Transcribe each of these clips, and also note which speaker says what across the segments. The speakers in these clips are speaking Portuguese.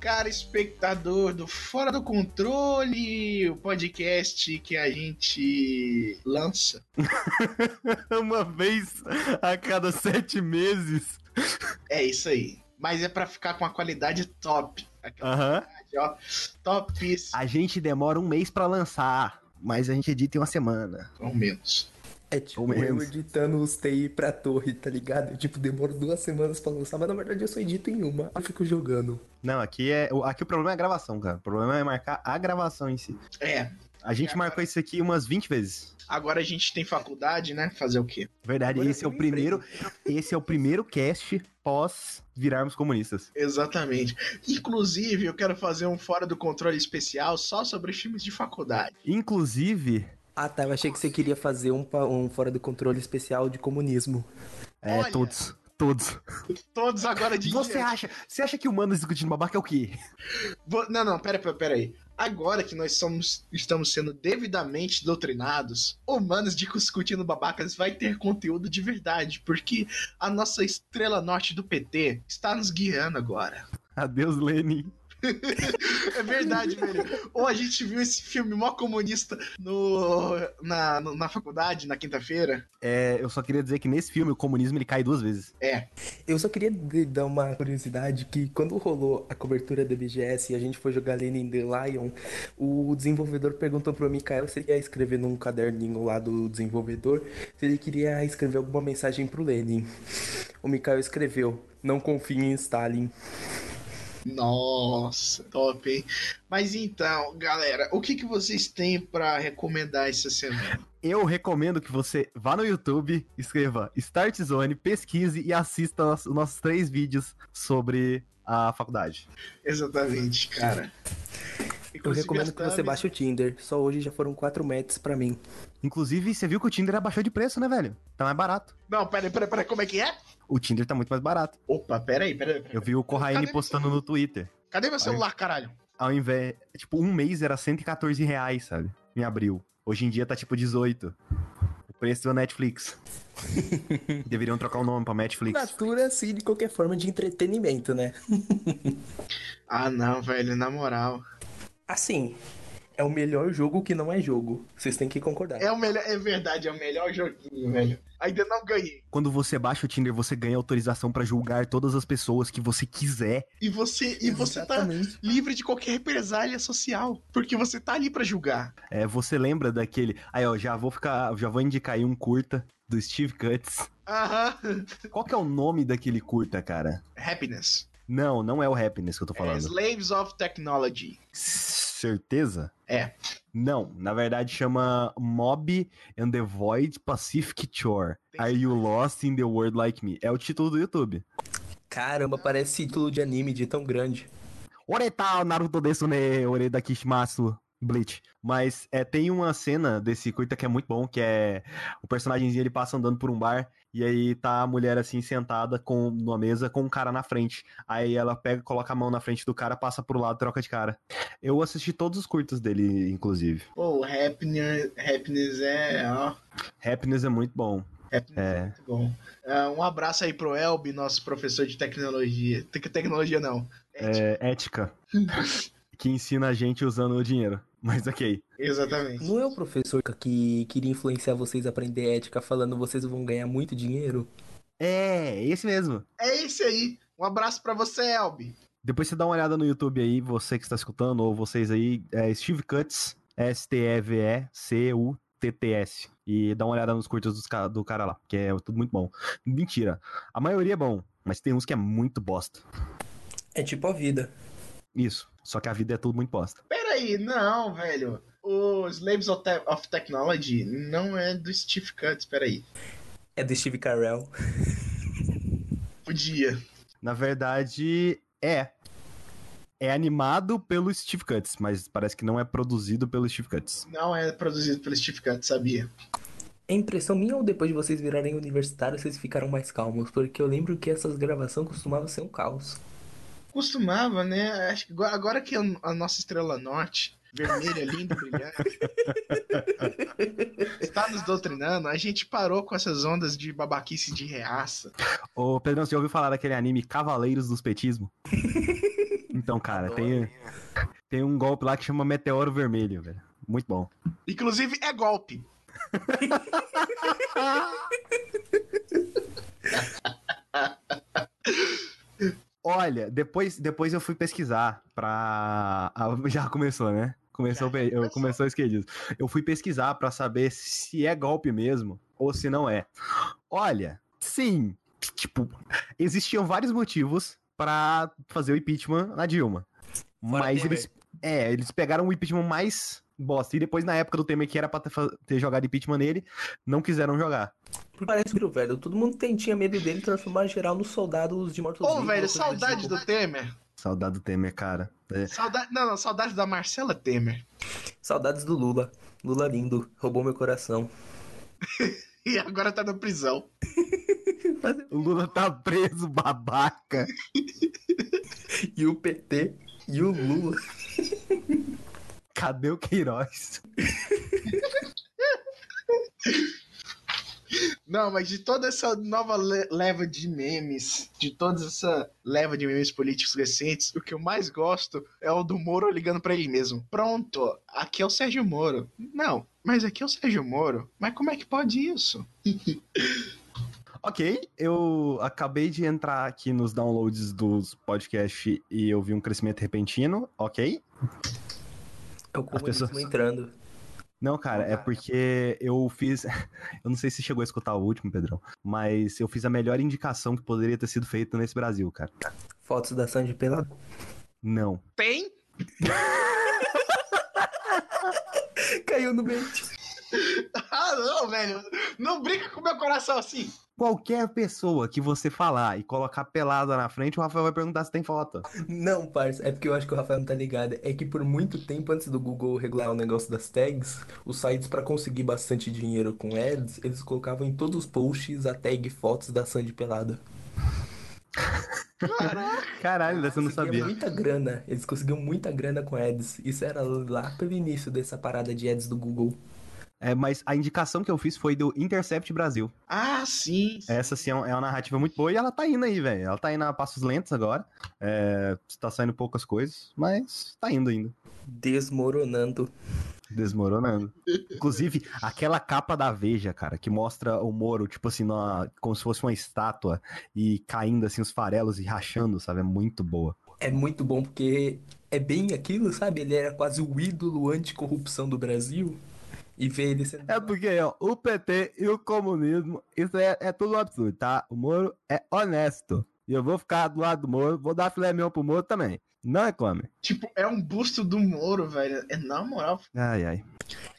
Speaker 1: cara espectador do Fora do Controle, o podcast que a gente lança.
Speaker 2: Uma vez a cada sete meses.
Speaker 1: É isso aí. Mas é para ficar com a qualidade top.
Speaker 2: Aham.
Speaker 1: qualidade, ó, topíssima,
Speaker 2: A gente demora um mês pra lançar, mas a gente edita em uma semana.
Speaker 1: ao menos.
Speaker 3: É tipo
Speaker 2: Ou
Speaker 3: eu
Speaker 2: menos.
Speaker 3: editando os TI pra torre, tá ligado? Eu, tipo, demoro duas semanas pra lançar, mas na verdade eu só edito em uma. Eu fico jogando.
Speaker 2: Não, aqui é. o- Aqui o problema é a gravação, cara. O problema é marcar a gravação em si.
Speaker 1: É,
Speaker 2: A gente
Speaker 1: Cara.
Speaker 2: marcou isso aqui umas 20 vezes.
Speaker 1: agora a gente tem faculdade, né? Fazer o quê?
Speaker 2: Verdade,
Speaker 3: Agora
Speaker 2: esse é
Speaker 3: eu
Speaker 2: o
Speaker 3: tenho
Speaker 2: primeiro. Esse é o primeiro cast pós virarmos comunistas.
Speaker 1: Exatamente. Inclusive, eu quero fazer um Fora do Controle especial só sobre filmes de faculdade.
Speaker 2: Inclusive,
Speaker 3: Ah tá, eu achei que você queria fazer um, pa- um fora do controle especial de comunismo.
Speaker 2: é
Speaker 1: Olha.
Speaker 2: todos. Todos.
Speaker 1: Todos agora de
Speaker 2: Você acha, você acha que humanos discutindo babaca é o quê?
Speaker 1: Vo- Não, não, pera, pera, pera aí. Agora que nós somos, estamos sendo devidamente doutrinados, humanos de discutindo babacas vai ter conteúdo de verdade, porque a nossa estrela norte do PT está nos guiando agora.
Speaker 2: Adeus, Lenin.
Speaker 1: É verdade, velho. Ou a gente viu esse filme mó comunista no, na, no- na faculdade, na quinta-feira.
Speaker 2: É, eu só queria dizer que nesse filme o comunismo ele cai duas vezes.
Speaker 3: Eu só queria de- dar uma curiosidade que quando rolou a cobertura da BGS e a gente foi jogar Lenin The Lion, o desenvolvedor perguntou pro Mikael se ele ia escrever num caderninho lá do desenvolvedor, se ele queria escrever alguma mensagem pro Lenin. O Mikael escreveu, não confie em Stalin.
Speaker 1: Nossa, top, hein? Mas então, galera, o que, que vocês têm pra recomendar essa semana?
Speaker 2: Eu recomendo que você vá no YouTube, escreva Start Zone, pesquise e assista os nossos três vídeos sobre a faculdade.
Speaker 1: Exatamente, cara.
Speaker 3: Eu
Speaker 1: Inclusive, é
Speaker 3: recomendo
Speaker 1: a
Speaker 3: que você
Speaker 1: thumb-
Speaker 3: baixe o Tinder. Só hoje já foram 4 metros pra mim.
Speaker 2: Inclusive, você viu que o Tinder abaixou de preço, né, velho? Tá mais barato.
Speaker 1: Não, peraí, peraí, peraí, como é que é?
Speaker 2: O Tinder tá muito mais barato.
Speaker 1: Opa, peraí, peraí. peraí.
Speaker 2: Eu vi o Corraine
Speaker 1: Cadê
Speaker 2: postando no Twitter.
Speaker 1: Cadê meu celular, caralho?
Speaker 2: Ao invés. Tipo, um mês era 114 reais, sabe? Em abril. Hoje em dia tá tipo 18. O preço da Netflix. Deveriam trocar o nome pra Netflix.
Speaker 3: Natura, sim, de qualquer forma de entretenimento, né?
Speaker 1: Ah, não, velho, na moral.
Speaker 3: Assim, é o melhor jogo que não é jogo. Vocês têm que concordar.
Speaker 1: É o melhor, é verdade, é o melhor joguinho, velho. Ainda não ganhei.
Speaker 2: Quando você baixa o Tinder, você ganha autorização pra julgar todas as pessoas que você quiser.
Speaker 1: E você, e você tá
Speaker 3: Exatamente.
Speaker 1: livre de qualquer represália social, porque você tá ali pra julgar.
Speaker 2: É, você lembra daquele. Aí, ó, já vou ficar. Já vou indicar aí um curta do Steve Cuts.
Speaker 1: Aham.
Speaker 2: Qual que é o nome daquele curta, cara?
Speaker 1: Happiness.
Speaker 2: Não, não é o Happiness que eu tô
Speaker 1: É,
Speaker 2: falando.
Speaker 1: slaves of Technology.
Speaker 2: Certeza?
Speaker 1: É.
Speaker 2: Não, na verdade chama Mob and the Void Pacific Shore. Are You Lost in the World Like Me? É o título do YouTube.
Speaker 3: Caramba, parece título de anime de tão grande.
Speaker 2: Oreta Naruto desu ne Oreda Kishimatsu Bleach. Mas é, tem uma cena desse curta que é muito bom, que é o personagemzinho ele passa andando por um bar e aí tá a mulher assim sentada com numa mesa com um cara na frente. Aí ela pega, coloca a mão na frente do cara, passa pro lado, troca de cara. Eu assisti todos os curtas dele, inclusive.
Speaker 1: Pô, o happiness, happiness é, ó.
Speaker 2: Happiness é muito bom.
Speaker 1: Happiness é.
Speaker 2: É.
Speaker 1: muito bom. Ah, um abraço aí pro Elb, nosso professor de tecnologia. Te- tecnologia não.
Speaker 2: é, ética que ensina a gente usando o dinheiro. Mas ok.
Speaker 1: Exatamente.
Speaker 3: Não é o professor que queria influenciar vocês a aprender ética falando vocês vão ganhar muito dinheiro?
Speaker 2: É, esse mesmo.
Speaker 1: É esse aí. Um abraço pra você, Elbi.
Speaker 2: Depois você dá uma olhada no YouTube aí, você que está escutando, ou vocês aí, é Steve Cuts, S-T-E-V-E-C-U-T-T-S. E dá uma olhada nos curtas dos ca- do cara lá, que é tudo muito bom. Mentira. A maioria é bom, mas tem uns que é muito bosta.
Speaker 3: É tipo a vida.
Speaker 2: Isso. Só que a vida é tudo muito bosta.
Speaker 1: Peraí, não, velho. O Slaves of, Te- of Technology não é do Steve Cuts, peraí.
Speaker 3: É do Steve Carell.
Speaker 1: Podia.
Speaker 2: Na verdade, é. É animado pelo Steve Cuts, mas parece que não é produzido pelo Steve Cuts.
Speaker 1: Não é produzido pelo Steve Cuts, sabia?
Speaker 3: É impressão minha ou depois de vocês virarem universitários vocês ficaram mais calmos? Porque eu lembro que essas gravações costumavam ser um caos.
Speaker 1: Costumava, né? Acho que agora, agora que a- a nossa estrela norte, vermelha, linda, brilhante, está nos doutrinando, a gente parou com essas ondas de babaquice de reaça.
Speaker 2: Ô, Pedrão, você já ouviu falar daquele anime Cavaleiros dos Petismo? Então, cara, tem, tem um golpe lá que chama Meteoro Vermelho, velho. Muito bom.
Speaker 1: Inclusive, é golpe.
Speaker 2: Olha, depois, depois eu fui pesquisar pra. ah, Já começou, né? Começou,
Speaker 1: Já, já
Speaker 2: pe- eu-
Speaker 1: começou.
Speaker 2: começou esquecido. Eu fui pesquisar pra saber se é golpe mesmo ou se não é. Olha, sim. Tipo, existiam vários motivos pra fazer o impeachment na Dilma. Mas
Speaker 3: Temer.
Speaker 2: eles. É, eles pegaram o impeachment mais bosta. E depois, na época do Temer, que era pra ter fa- ter jogado impeachment nele, não quiseram jogar.
Speaker 3: Parece que, velho, todo mundo tem, tinha medo dele transformar geral nos soldados de mortos
Speaker 1: Ô, velho, saudade
Speaker 3: tipo.
Speaker 1: do Temer.
Speaker 2: Saudade do Temer, cara. É.
Speaker 1: Saudade... Não, não, saudade da Marcela Temer.
Speaker 3: Saudades do Lula. Lula lindo, roubou meu coração.
Speaker 1: E agora tá na prisão.
Speaker 2: O Lula tá preso, babaca.
Speaker 3: E o PT e o Lula.
Speaker 2: Cadê o Queiroz?
Speaker 1: Não, mas de toda essa nova le- leva de memes, de toda essa leva de memes políticos recentes, o que eu mais gosto é o do Moro ligando pra ele mesmo. Pronto, aqui é o Sérgio Moro. Não, mas aqui é o Sérgio Moro. Mas como é que pode isso?
Speaker 2: Ok, eu acabei de entrar aqui nos downloads dos podcasts e eu vi um crescimento repentino. Ok.
Speaker 3: É o comunismo
Speaker 2: pessoas-
Speaker 3: entrando.
Speaker 2: Não, cara, é porque eu fiz. Eu não sei se chegou a escutar o último, Pedrão, mas eu fiz a melhor indicação que poderia ter sido feita nesse Brasil, cara.
Speaker 3: Fotos da Sandy pelada.
Speaker 2: Não.
Speaker 1: Tem?
Speaker 3: Caiu no meio.
Speaker 1: Ah, não, velho. Não brinca com meu coração assim.
Speaker 2: Qualquer pessoa que você falar e colocar pelada na frente, o Rafael vai perguntar se tem foto.
Speaker 3: Não, parça, é porque eu acho que o Rafael não tá ligado. É que por muito tempo antes do Google regular o negócio das tags, os sites pra conseguir bastante dinheiro com ads, eles colocavam em todos os posts a tag fotos da Sandy pelada.
Speaker 2: Caralho, dessa eu não
Speaker 3: Conseguia
Speaker 2: sabia.
Speaker 3: muita grana, eles conseguiam muita grana com ads. Isso era lá pelo início dessa parada de ads do Google.
Speaker 2: É, mas a indicação que eu fiz foi do Intercept Brasil.
Speaker 1: Ah, sim.
Speaker 2: Essa sim é um- é uma narrativa muito boa e ela tá indo aí, velho. Ela tá indo a passos lentos agora. É, tá saindo poucas coisas, mas tá indo ainda.
Speaker 3: Desmoronando.
Speaker 2: Desmoronando. Inclusive, aquela capa da Veja, cara, que mostra o Moro, tipo assim, numa- como se fosse uma estátua e caindo assim os farelos e rachando, sabe? É muito boa.
Speaker 3: É muito bom porque é bem aquilo, sabe? Ele era quase o ídolo anticorrupção do Brasil. E ver ele sendo.
Speaker 2: É porque, ó, o PT e o comunismo, isso é, é tudo um absurdo, tá? O Moro é honesto. E eu vou ficar do lado do Moro, vou dar filé meu pro Moro também. Não reclame.
Speaker 1: Tipo, é um busto do Moro, velho. É na moral.
Speaker 2: Ai, ai.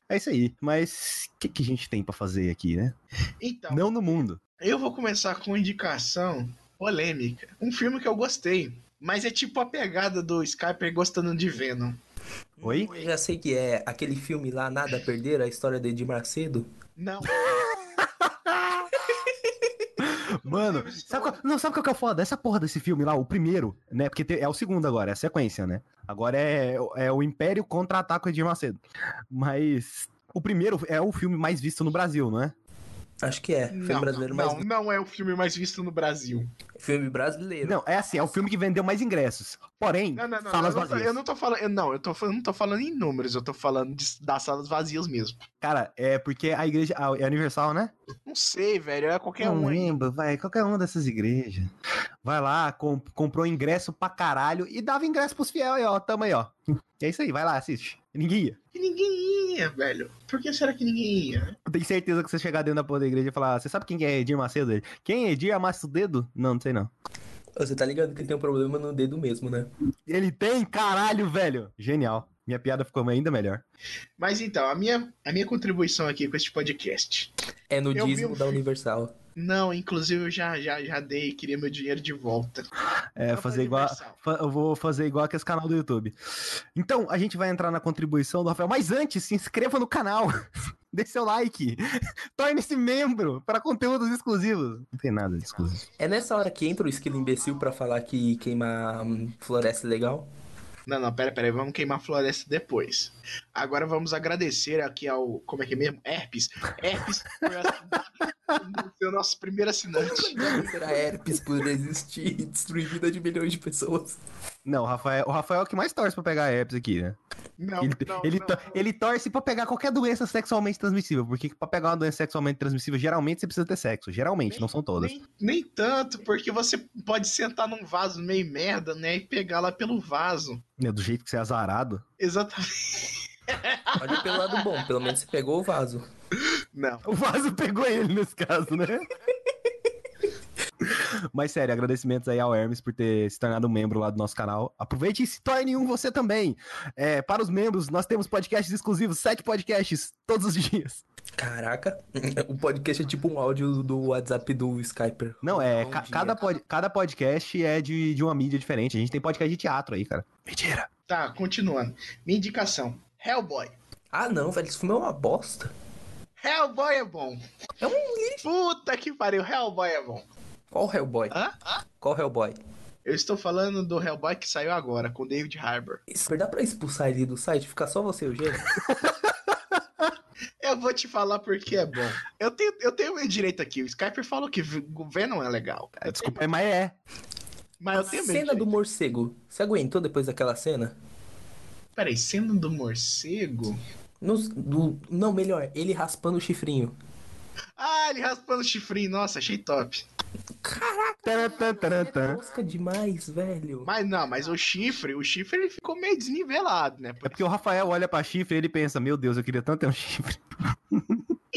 Speaker 2: É isso aí. Mas o que, que a gente tem pra fazer aqui, né?
Speaker 1: Então,
Speaker 2: Não no mundo.
Speaker 1: eu vou começar com uma indicação polêmica. Um filme que eu gostei. Mas é tipo a pegada do Skyper gostando de Venom.
Speaker 2: Oi?
Speaker 3: Eu já sei que é aquele filme lá, Nada a Perder, a história de Edir Macedo.
Speaker 1: Não.
Speaker 2: Mano, sabe qual, não, sabe qual que é o foda? Essa porra desse filme lá, o primeiro, né? Porque te- é o segundo agora, é a sequência, né? Agora é, é o Império contra-ataque de Macedo. Mas o primeiro é o filme mais visto no Brasil, não é?
Speaker 3: Acho que é. Filme
Speaker 1: não,
Speaker 3: brasileiro
Speaker 1: não,
Speaker 3: mais.
Speaker 1: não é o filme mais visto no Brasil.
Speaker 3: Filme brasileiro.
Speaker 2: Não, é assim, é o filme que vendeu mais ingressos. Porém,
Speaker 1: Não, não, não.
Speaker 2: salas
Speaker 1: eu, não tô,
Speaker 2: vazias.
Speaker 1: eu não tô falando. eu não, eu tô, falando- não tô falando em números, eu tô falando de- das salas vazias mesmo. Cara,
Speaker 2: Cara, é porque a igreja a- é universal, né?
Speaker 1: não sei, velho. É qualquer
Speaker 2: não
Speaker 1: um aí.
Speaker 2: lembro, vai, qualquer uma dessas igrejas. Vai lá, com- comprou ingresso pra caralho e dava ingresso pros fiel aí, ó, tamo aí, ó. É isso aí, vai lá, assiste. Ninguém ia.
Speaker 1: E ninguém ia, velho. Por que será que ninguém ia?
Speaker 2: Eu tenho certeza que você chegar dentro da porra da igreja e falar, você sabe quem que é Edir Macedo? Ele, Quem é Edir Amasso Dedo? Não, não sei não.
Speaker 3: Você tá ligado que ele tem um problema no dedo mesmo, né?
Speaker 2: Ele tem, caralho, velho. Genial. Minha piada ficou ainda melhor.
Speaker 1: Mas então, a minha, a minha contribuição aqui com este podcast.
Speaker 3: É no
Speaker 1: Eu vi
Speaker 3: dízimo
Speaker 1: um
Speaker 3: da
Speaker 1: filme-
Speaker 3: Universal.
Speaker 1: Não, inclusive eu já, já, já dei, queria meu dinheiro de volta.
Speaker 2: É,
Speaker 1: Não
Speaker 2: fazer
Speaker 1: foi
Speaker 2: igual.
Speaker 1: universal.
Speaker 2: fa- Eu vou fazer igual que esse canal do YouTube. Então, a gente vai entrar na contribuição do Rafael. Mas antes, se inscreva no canal. Dê seu like. Torne-se membro para conteúdos exclusivos. Não tem nada de exclusivo.
Speaker 3: É nessa hora que entra o esquilo imbecil pra falar que queimar hum, floresta é legal?
Speaker 1: Não, não, pera, pera, vamos queimar a floresta depois. Agora vamos agradecer aqui ao. Como é que é mesmo? Herpes. Herpes por ser o nosso primeiro assinante.
Speaker 3: Será herpes por existir e destruir vida de milhões de pessoas?
Speaker 2: Não, o Rafael, o Rafael é o que mais torce pra pegar herpes aqui, né?
Speaker 1: Não,
Speaker 2: ele,
Speaker 1: não,
Speaker 2: ele, tá-
Speaker 1: não.
Speaker 2: to- ele torce pra pegar qualquer doença sexualmente transmissível, porque pra pegar uma doença sexualmente transmissível, geralmente você precisa ter sexo. Geralmente, não são todas.
Speaker 1: Nem, nem tanto, porque você pode sentar num vaso meio merda, né? E pegar lá pelo vaso.
Speaker 2: Né, Do jeito que você é azarado.
Speaker 1: Exatamente.
Speaker 3: Olha pelo lado bom, pelo menos você pegou o vaso.
Speaker 1: Não.
Speaker 2: O vaso pegou ele nesse caso, né? Mas sério, agradecimentos aí ao Hermes por ter se tornado um membro lá do nosso canal. Aproveite e se torne um você também. É, para os membros, nós temos podcasts exclusivos, sete podcasts todos os dias.
Speaker 3: Caraca, o podcast é tipo um áudio do WhatsApp do Skyper.
Speaker 2: Não, é.
Speaker 3: Bom
Speaker 2: ca-
Speaker 3: dia.
Speaker 2: cada, pod- cada podcast é de, de uma mídia diferente. A gente tem podcast de teatro aí, cara. Mentira.
Speaker 1: Tá, continuando. Minha indicação: Hellboy.
Speaker 3: Ah não, velho, esse filme é uma bosta.
Speaker 1: Hellboy é bom.
Speaker 3: É um
Speaker 1: lixo. Puta que pariu, Hellboy é bom.
Speaker 3: Qual Hellboy?
Speaker 1: Hã?
Speaker 3: Qual Hellboy?
Speaker 1: Eu estou falando do Hellboy que saiu agora, com David Harbour.
Speaker 3: Isso, dá pra expulsar ele do site? Ficar só você e o Gênio?
Speaker 1: Eu vou te falar porque é bom. Eu tenho, eu tenho meu direito aqui. O Skype falou que v- o Venom é legal.
Speaker 2: É, Desculpa, mas é.
Speaker 1: Mas Ah, eu tenho meu
Speaker 3: Cena do
Speaker 1: direito.
Speaker 3: morcego. Você aguentou depois daquela cena?
Speaker 1: Peraí, cena do morcego?
Speaker 3: Nos- do- não, melhor, ele raspando o chifrinho.
Speaker 1: Ah, ele raspando o chifrinho. Nossa, achei top.
Speaker 2: Taran, taran, taran.
Speaker 3: Tosca demais, velho.
Speaker 1: Mas não, mas o chifre, o chifre ele ficou meio desnivelado, né?
Speaker 2: É porque o Rafael olha pra chifre e ele pensa: Meu Deus, eu queria tanto ter um chifre.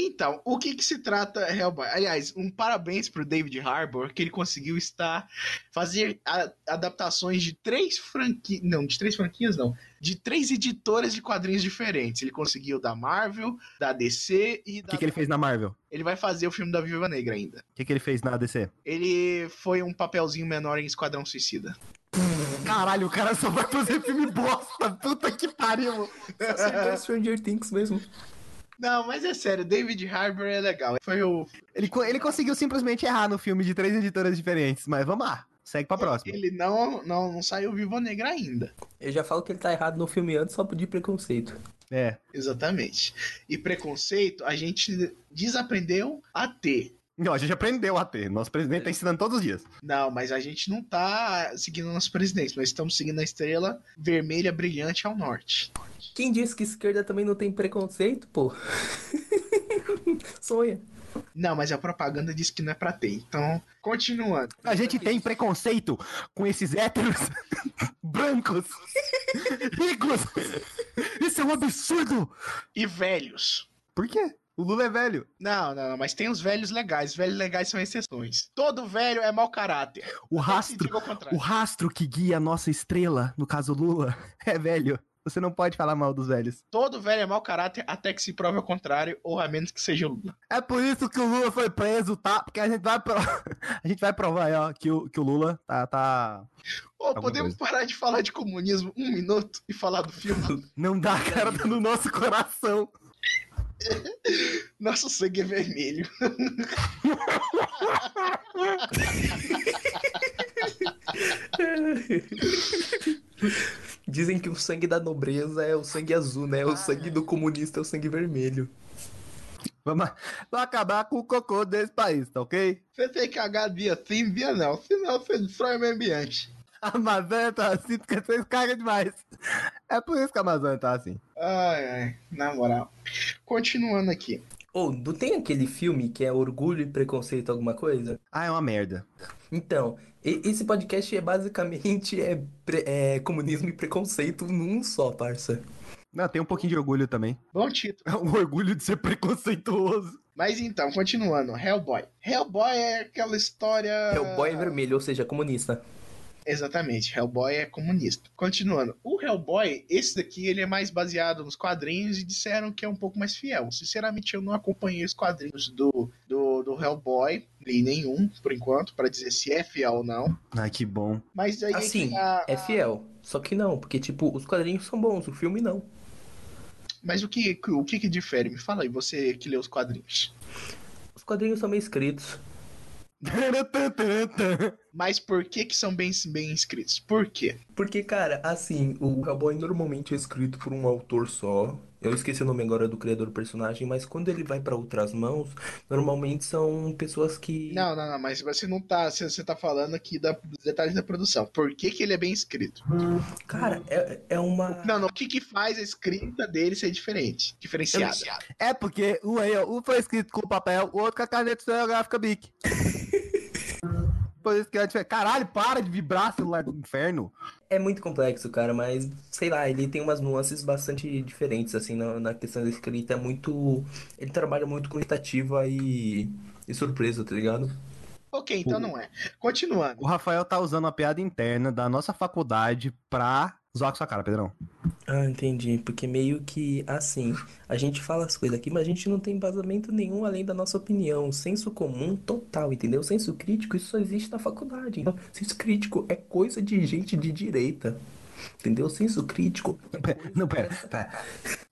Speaker 1: Então, o que que se trata Hellboy? Aliás, um parabéns pro David Harbour, que ele conseguiu estar fazer a- adaptações de três franquias, não, de três franquias não, de três editoras de quadrinhos diferentes. Ele conseguiu da Marvel, da DC e
Speaker 2: O
Speaker 1: da
Speaker 2: que, que ele fez na Marvel?
Speaker 1: Ele vai fazer o filme da Viúva Negra ainda.
Speaker 2: O que, que ele fez na ADC?
Speaker 1: Ele foi um papelzinho menor em Esquadrão Suicida.
Speaker 2: Caralho, o cara só vai fazer filme bosta. Puta que pariu.
Speaker 3: Acertou Tá é Stranger Things mesmo.
Speaker 1: Não, mas é sério, David Harbour é legal. Foi o
Speaker 2: Ele, co- ele conseguiu simplesmente errar no filme de três editoras diferentes. Mas vamos lá. Segue pra próxima.
Speaker 1: ele não não, não saiu Viúva Negra ainda.
Speaker 3: Eu já falo que ele tá errado no filme antes só de preconceito.
Speaker 2: É.
Speaker 1: Exatamente. E preconceito a gente desaprendeu a ter.
Speaker 2: Não, a gente aprendeu a ter. Nosso presidente tá ensinando todos os dias.
Speaker 1: Não, mas a gente não tá seguindo o nosso presidente, nós estamos seguindo a estrela vermelha brilhante ao norte.
Speaker 3: Quem disse que esquerda também não tem preconceito, pô? Sonha.
Speaker 1: Não, mas a propaganda diz que não é pra ter. Então, continuando.
Speaker 2: A gente tem preconceito com esses héteros brancos, ricos. Isso é um absurdo.
Speaker 1: E velhos.
Speaker 2: Por quê? O Lula é velho.
Speaker 1: Não, não, não, mas tem os velhos legais. Velhos legais são exceções. Todo velho é mau caráter.
Speaker 2: O
Speaker 1: Quem
Speaker 2: rastro,
Speaker 1: diga ao
Speaker 2: o
Speaker 1: contrário.
Speaker 2: rastro que guia a nossa estrela, no caso Lula, é velho. Você não pode falar mal dos velhos.
Speaker 1: Todo velho é mau caráter até que se prove ao contrário, ou a menos que seja o Lula.
Speaker 2: É por isso que o Lula foi preso, tá? Porque a gente vai, pro... a gente vai provar aí, ó, que o, que o Lula tá, tá...
Speaker 1: Ô,
Speaker 2: Alguma
Speaker 1: podemos parar de falar de comunismo um minuto e falar do filme?
Speaker 2: Não dá, cara, tá no nosso coração.
Speaker 1: Nosso sangue é vermelho.
Speaker 3: Dizem que o sangue da nobreza é o sangue azul, né? O sangue do comunista é o sangue vermelho.
Speaker 2: Vamos vamos acabar com o cocô desse país, tá ok?
Speaker 1: Você tem que cagar dia sim, dia não. Senão você destrói o meio ambiente.
Speaker 2: A Amazônia tá assim porque vocês cagam demais. É por isso que a Amazônia tá assim.
Speaker 1: Ai, ai, na moral. Continuando aqui.
Speaker 3: Ou, não tem aquele filme que é Orgulho e Preconceito alguma coisa?
Speaker 2: Ah, é uma merda.
Speaker 3: Então, e- esse podcast é basicamente é, pre- é comunismo e preconceito num só, parça.
Speaker 2: Não, tem um pouquinho de orgulho também.
Speaker 1: Bom título.
Speaker 2: É um orgulho de ser preconceituoso.
Speaker 1: Mas então, continuando. Hellboy. Hellboy é aquela história...
Speaker 3: É o
Speaker 1: Ah.
Speaker 3: boy vermelho, ou seja, comunista.
Speaker 1: Exatamente, Hellboy é comunista. Continuando, o Hellboy, esse daqui, ele é mais baseado nos quadrinhos e disseram que é um pouco mais fiel. Sinceramente, eu não acompanhei os quadrinhos do, do, do Hellboy, li nenhum, por enquanto, pra dizer se é fiel ou não.
Speaker 2: Ai, que bom.
Speaker 1: Mas aí é que
Speaker 3: Assim,
Speaker 1: tá-
Speaker 3: é fiel. Só que não, porque, tipo, os quadrinhos são bons, o filme não.
Speaker 1: Mas o que, o que que difere? Me fala aí, você que lê os quadrinhos.
Speaker 3: Os quadrinhos são bem escritos.
Speaker 1: Mas por que que são bem, bem escritos? Por quê?
Speaker 3: Porque, cara, assim, o cowboy normalmente é escrito por um autor só. Eu esqueci o nome agora do criador do personagem, mas quando ele vai pra outras mãos, normalmente são pessoas que.
Speaker 1: Não, não, não, mas você não tá. Você, você tá falando aqui da, dos detalhes da produção. Por que que ele é bem escrito?
Speaker 3: Cara, é, é
Speaker 2: Ah.
Speaker 3: uma.
Speaker 1: Não, não. O que que faz a escrita dele ser diferente? Diferenciada.
Speaker 2: É porque um aí, ó, um foi escrito com papel, o outro com a caneta esferográfica Bic. Por isso que é diferente. Caralho, para de vibrar, celular do inferno.
Speaker 3: É muito complexo, cara, mas sei lá, ele tem umas nuances bastante diferentes, assim, na, na questão da escrita. É muito. Ele trabalha muito com tentativa e, e surpresa, tá ligado?
Speaker 1: Ok, então não é. Continuando.
Speaker 2: O Rafael tá usando a piada interna da nossa faculdade pra zoar com sua cara, Pedrão.
Speaker 3: Ah, entendi. Porque meio que assim, a gente fala as coisas aqui, mas a gente não tem embasamento nenhum além da nossa opinião. Senso comum total, entendeu? Senso crítico, isso só existe na faculdade. Então, senso crítico é coisa de gente de direita. Entendeu? Senso crítico.
Speaker 2: Não, pera, pera.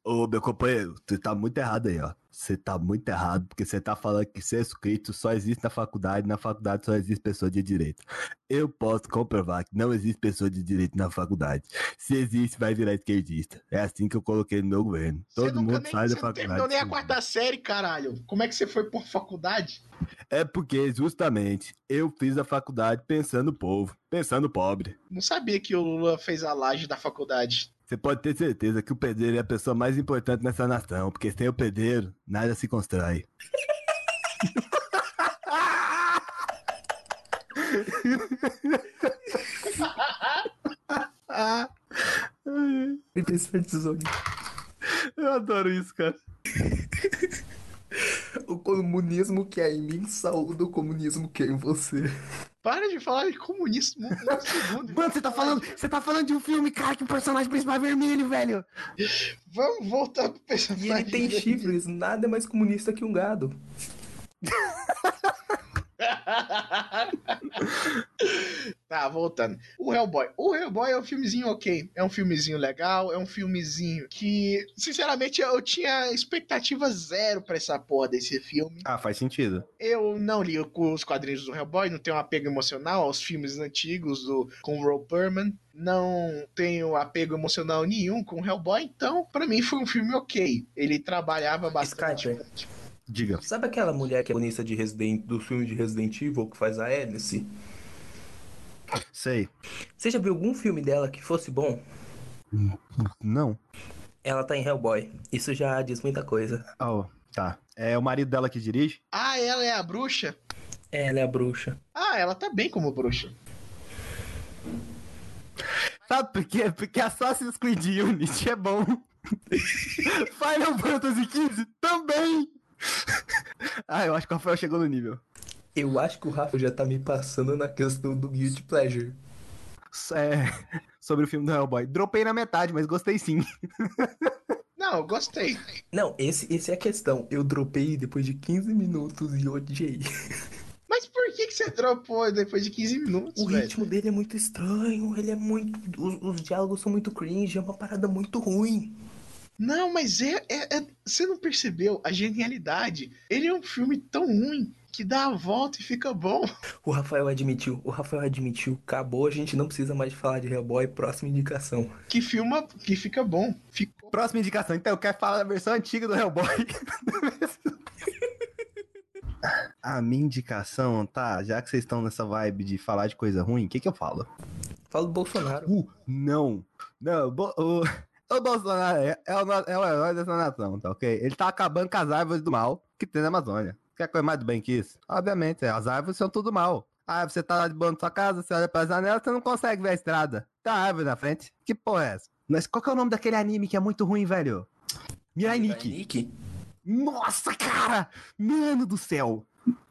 Speaker 2: Ô, meu companheiro, você tá muito errado aí, ó. Você tá muito errado, porque você tá falando que senso crítico só existe na faculdade, na faculdade só existe pessoa de direito. Eu posso comprovar que não existe pessoa de direito na faculdade. Se existe, vai virar esquerdista. É assim que eu coloquei no meu governo.
Speaker 1: Você
Speaker 2: Todo
Speaker 1: nunca
Speaker 2: mundo
Speaker 1: nem-
Speaker 2: sai
Speaker 1: você
Speaker 2: da
Speaker 1: não terminou
Speaker 2: faculdade.
Speaker 1: nem a quarta série, caralho. Como é que você foi por faculdade?
Speaker 2: É porque, justamente, eu fiz a faculdade pensando no povo, pensando no pobre.
Speaker 1: Não sabia que o Lula fez a laje da faculdade.
Speaker 2: Você pode ter certeza que o pedreiro é a pessoa mais importante nessa nação, porque sem o pedreiro, nada se constrói.
Speaker 3: Ele precisou de
Speaker 2: Eu adoro isso, cara.
Speaker 3: o comunismo que é em mim, saúde o comunismo que é em você.
Speaker 1: Para de falar de comunista um, um segundo.
Speaker 2: Mano, você tá falando, você tá falando de um filme, cara, que o personagem principal é vermelho, velho.
Speaker 1: Vamos voltar pro
Speaker 3: E
Speaker 1: personagem.
Speaker 3: ele tem chifres, nada é mais comunista que um gado.
Speaker 1: tá, voltando. O Hellboy. O Hellboy é um filmezinho ok. É um filmezinho legal, é um filmezinho que, sinceramente, eu tinha expectativa zero pra essa porra desse filme.
Speaker 2: Ah, faz sentido.
Speaker 1: Eu não li os quadrinhos do Hellboy, não tenho apego emocional aos filmes antigos do, com o Ron Perlman. Não tenho apego emocional nenhum com o Hellboy, então, pra mim, foi um filme ok. Ele trabalhava bastante.
Speaker 3: Skyper.
Speaker 2: Diga.
Speaker 3: Sabe aquela mulher que é bonita de Resident, do filme de Resident Evil que faz a hélice?
Speaker 2: Sei.
Speaker 3: Você já viu algum filme dela que fosse bom?
Speaker 2: Não.
Speaker 3: Ela tá em Hellboy. Isso já diz muita coisa.
Speaker 2: Oh, tá. É o marido dela que dirige?
Speaker 1: Ah, ela é a bruxa?
Speaker 3: Ela é a bruxa.
Speaker 1: Ah, ela tá bem como bruxa.
Speaker 2: Sabe por quê? Porque Assassin's Creed Unity é bom. Final Fantasy XV também. ah, eu acho que o Rafael chegou no nível.
Speaker 3: Eu acho que o Rafa já tá me passando na questão do Guilty Pleasure.
Speaker 2: S- é, sobre o filme do Hellboy. Dropei na metade, mas gostei sim.
Speaker 1: Não, eu gostei.
Speaker 3: Não, esse, esse é a questão. Eu dropei depois de 15 minutos e odiei.
Speaker 1: Mas por que, que você dropou depois de 15 minutos,
Speaker 3: O
Speaker 1: velho?
Speaker 3: ritmo dele é muito estranho, ele é muito. Os, os diálogos são muito cringe, é uma parada muito ruim.
Speaker 1: Não, mas é, é- é- Você não percebeu a genialidade? Ele é um filme tão ruim que dá a volta e fica bom.
Speaker 3: O Rafael admitiu, o Rafael admitiu. Acabou, a gente não precisa mais falar de Hellboy. Próxima indicação.
Speaker 1: Que filma que fica bom. Ficou.
Speaker 2: Próxima indicação. Então, eu quero falar da versão antiga do Hellboy. A minha indicação, tá? Já que vocês estão nessa vibe de falar de coisa ruim, o que que eu falo?
Speaker 3: Fala do Bolsonaro.
Speaker 2: Uh, não. Não, bo- o, o Bolsonaro é, é o, no- é o herói dessa nação, tá ok? Ele tá acabando com as árvores do mal que tem na Amazônia. Quer coisa mais do bem que isso? Obviamente, é, as árvores são tudo mal. Ah, você tá lá de boa na sua casa, você olha pra janela, você não consegue ver a estrada. Tá a árvore na frente. Que porra é essa? Mas qual que é o nome daquele anime que é muito ruim, velho? Mirai Nikki.
Speaker 3: Nick?
Speaker 2: Nossa, cara! Mano do céu!